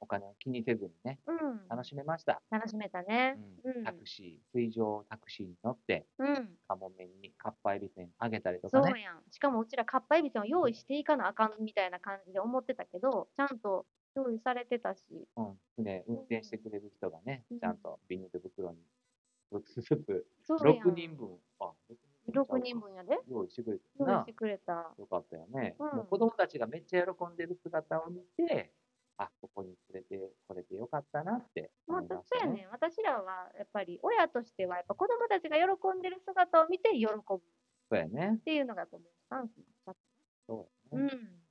S1: お金を気にせずにね、
S2: うん。うん。
S1: 楽しめました。
S2: 楽しめたね。
S1: う、
S2: うんん
S1: タクシー、水上タクシーに乗って、
S2: うん。
S1: カモメにかっぱえびせんあげたりと
S2: そ
S1: か
S2: う
S1: ね、
S2: やん。しかもうちらかっぱえびせんを用意していかなあかんみたいな感じで思ってたけど、ちゃんと用意されてたし、
S1: うん、船運転してくれる人がね、
S2: うん
S1: ちゃんとビニール袋に、6つずつ、
S2: そうやん。
S1: 6人分、あ、
S2: 6人分やで。
S1: 用意してくれ
S2: 用
S1: た
S2: 意
S1: な
S2: して。くれた。
S1: よかったよね。
S2: うん
S1: もう子供たちがめっちゃ喜んでる姿を見て、あ、ここに連れてこれてよかったなって
S2: も
S1: 思
S2: う
S1: い
S2: そ
S1: ま
S2: う
S1: した
S2: や
S1: ね。
S2: ねん。私らはやっぱり親としては、やっぱ子供たちが喜んでる姿を見て喜ぶっ
S1: そうやね。
S2: ていうのがこのスタンスになっ
S1: そう
S2: た。
S1: や
S2: う
S1: ね。
S2: ん。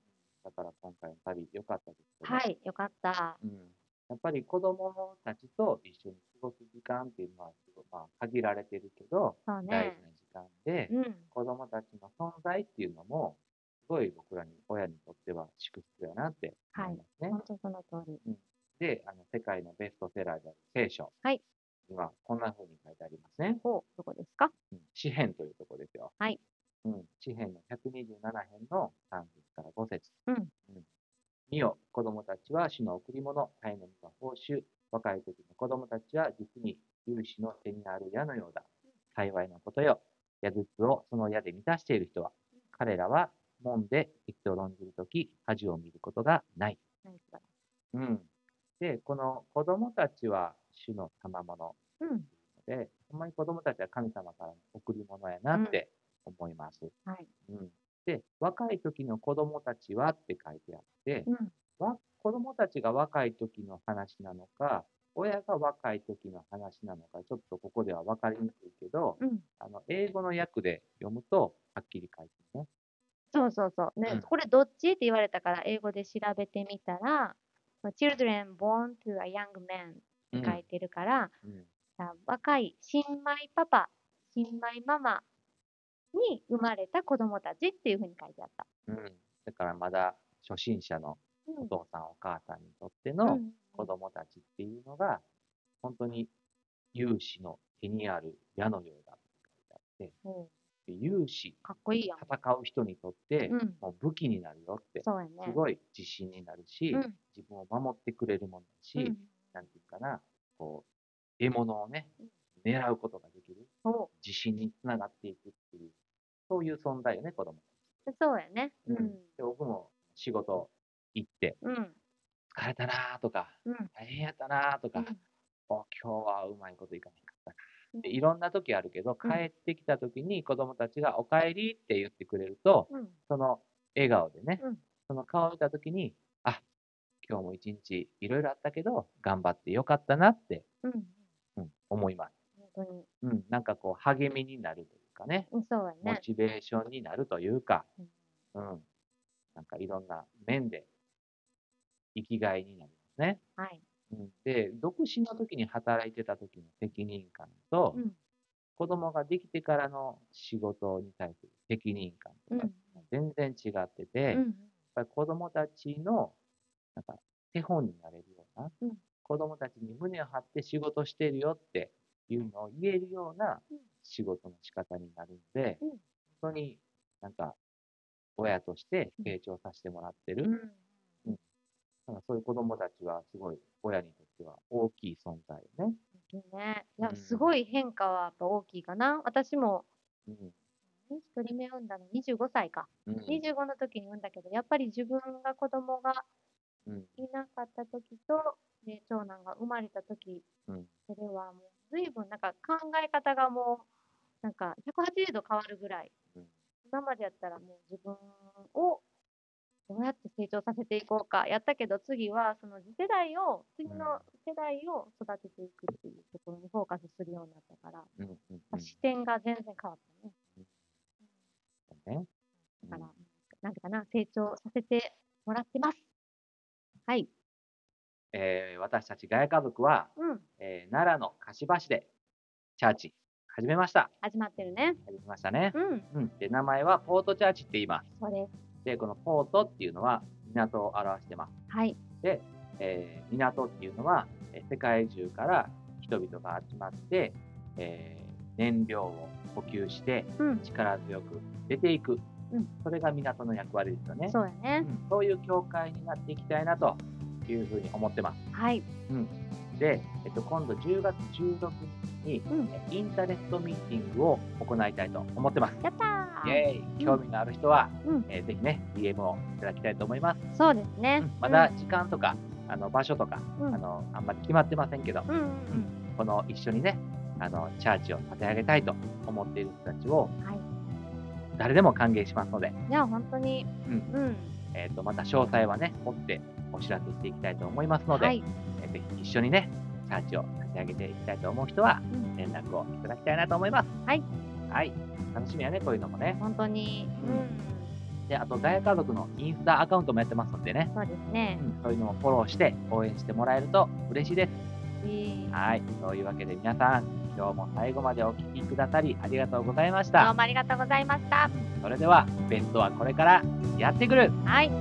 S1: だから今回の旅良かったですけど、
S2: はい、よかった。
S1: うん。やっぱり子供たちと一緒に過ごす時間っていうのは、すごいまあ、限られてるけど、
S2: そう
S1: 大事
S2: ね。
S1: な時間で、
S2: うん。
S1: 子供たちの存在っていうのも、すごい僕らに、親にとっては祝福だなって思いますね。
S2: 本当その通り。
S1: で、あの、世界のベストセラーである聖書
S2: はい
S1: には、こんな風に書いてありますね。
S2: ほう、どこですか
S1: うん詩編というところですよ。
S2: はい。
S1: うん。詩編の127編の3節から5節。
S2: うん
S1: うん。見よ、子供たちは主の贈り物、タイの実は報酬。若い時の子供たちは実に有志の手にある矢のようだ。幸いなことよ。矢筒をその矢で満たしている人は、彼らは門で敵と論じるとき、恥を見ることがない。
S2: 何ですか
S1: うん。で、この子供たちは主の賜物
S2: うん。
S1: で、ほんまに子供たちは神様からの贈り物やなって思います。
S2: はい。
S1: うん。で、若い時の子供たちはって書いてあって、
S2: うん。
S1: わ子供たちが若い時の話なのか、親が若い時の話なのか、ちょっとここでは分かりにくいけど、
S2: うん。
S1: あの、英語の訳で読むと、はっきり書いてね。
S2: そうそうそう。ね、
S1: うん
S2: これどっちって言われたから、英語で調べてみたら、Children born to a young man って書いてるから、
S1: うん。
S2: あ若い新米パパ、新米ママに生まれた子供たちっていうふうに書いてあった。
S1: うん。だからまだ初心者の
S2: う
S1: お
S2: ん。
S1: 父さんお母さんにとって
S2: う
S1: の、
S2: ん
S1: 子供たちっていうのが、本当に有志の手にある矢のようだって書いてあ
S2: うん
S1: って、で有志、
S2: かっこいいやん。
S1: 戦う人にとって、
S2: うん。
S1: もう武器になるよって、
S2: そうやね。
S1: すごい自信になるし、
S2: うん
S1: 自分を守ってくれるものだし、
S2: うん。
S1: なんていうかな、こう、獲物をね
S2: うん、
S1: 狙うことができる、
S2: そ
S1: 自信につながっていくっていう、そういう存在よね、子供。
S2: うそうやね。うん。
S1: で僕も仕事行って、
S2: うん。
S1: 疲れたなーとか、
S2: うん。
S1: 大変やったなーと
S2: う
S1: か、
S2: ん
S1: お今日はうまいこといかなかった
S2: う
S1: な。
S2: ん
S1: でいろんな時あるけど、
S2: うん
S1: 帰ってきた時に子供たちがおかえりって言ってくれると、
S2: うん。
S1: その笑顔でね、
S2: うん
S1: その顔を見た時に、あ、今日も一日いろいろあったけど、頑張ってよかったなって、
S2: うん。
S1: うん、思います。
S2: 本当に。
S1: うん、なんかこう励みになるというかね、
S2: うんそうや
S1: モ
S2: ね。
S1: チベーションになるというか、うん、なんかいろんな面で生きがいになりますね。
S2: はい。
S1: うんで、独身の時に働いてた時の責任感と、
S2: うん。
S1: 子供ができてからの仕事に対する責任感
S2: う
S1: とか
S2: ん、
S1: 全然違ってて、
S2: う
S1: やっ
S2: ん、
S1: ぱり子供たちの、なんか、手本になれるような、
S2: うん
S1: 子供たちに胸を張って仕事してるよっていうのを言えるような
S2: うん
S1: 仕事の仕方になるんで、
S2: うん
S1: 本当になんか、親として成長させてもらってる、
S2: うん、
S1: なんかそういう子供たちはすごい親にとっては大きい存在よね。
S2: ね、いや
S1: うん
S2: すごい変化はやっぱ大きいかな私も
S1: うん
S2: 一人目産んだの25歳か、
S1: うん
S2: 25の時に産んだけどやっぱり自分が子供が
S1: うん
S2: いなかった時と、ね、長男が生まれた時
S1: うん
S2: それはもう随分なんか考え方がもうなんか180度変わるぐらい、
S1: うん
S2: 今までやったらもう自分をどうやって成長させていこうかやったけど次はその次世代を次の世代を育てていくっていうところにフォーカスするようになったから、
S1: うんうん
S2: まあ視点が全然変わったね
S1: うんね
S2: だから、なんていうかな成長させてもらってますはい
S1: えー私たちガヤ家族は、
S2: うん
S1: えー奈良の柏市でチャーチ始めました。
S2: 始まってるね
S1: 始めましたね。
S2: うん
S1: うん、で名前はポートチャーチって言います。
S2: そうです
S1: でこのポートっていうのは港を表してます。
S2: はい
S1: で、えー港っていうのはえー世界中から人々が集まって、えー燃料を補給して
S2: うん
S1: 力強く出ていく、
S2: うん
S1: それが港の役割ですよね。
S2: そうやね、
S1: うんそういう教会になっていきたいなというふうに思ってます。
S2: はい
S1: で、えっと、今度10月16日に、
S2: うん
S1: えインターネットミーティングを行いたいと思ってます。
S2: やっ
S1: イ
S2: たー
S1: エーイ興味のある人は、
S2: うん
S1: えーぜひね、DM をいただきたいと思います。
S2: そうですね。
S1: うんまだ時間とか、あの場所とか、
S2: うん、うん、
S1: あの、あんまり決まってませんけど、
S2: うんうん
S1: この一緒にね、あのチャーチを立て上げたいと思っている人たちを
S2: うん、はい。
S1: 誰でも歓迎しますので、
S2: じゃあ本当に、
S1: うん
S2: うん、
S1: えー、とまた詳細はね、追ってお知らせしていきたいと思いますので、
S2: はい、
S1: えーぜひ一緒にね、チャーチを立て上げていきたいと思う人は、
S2: うん、
S1: 連絡をいただきたいなと思います。
S2: はい。
S1: はい。楽しみやね、こういうのもね。
S2: 本当に、
S1: で、あと、ガヤ家族のインスタアカウントもやってますので
S2: う
S1: ね
S2: ん、。そうですね
S1: う。んそういうのもフォローして、応援してもらえると嬉しいです。
S2: いい
S1: はい。というわけで皆さん、今日も最後までお聞きくださりありがとうございまし
S2: どう
S1: た。
S2: もありがとうございました。
S1: それでは、ベッドはこれからやってくる。
S2: はい、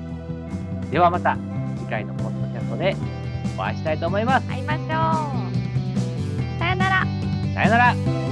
S1: ではまた、次回のポッドキャストでお会いしたいと思います。
S2: 会いましょう。さよなら。
S1: さよなら。
S2: バイ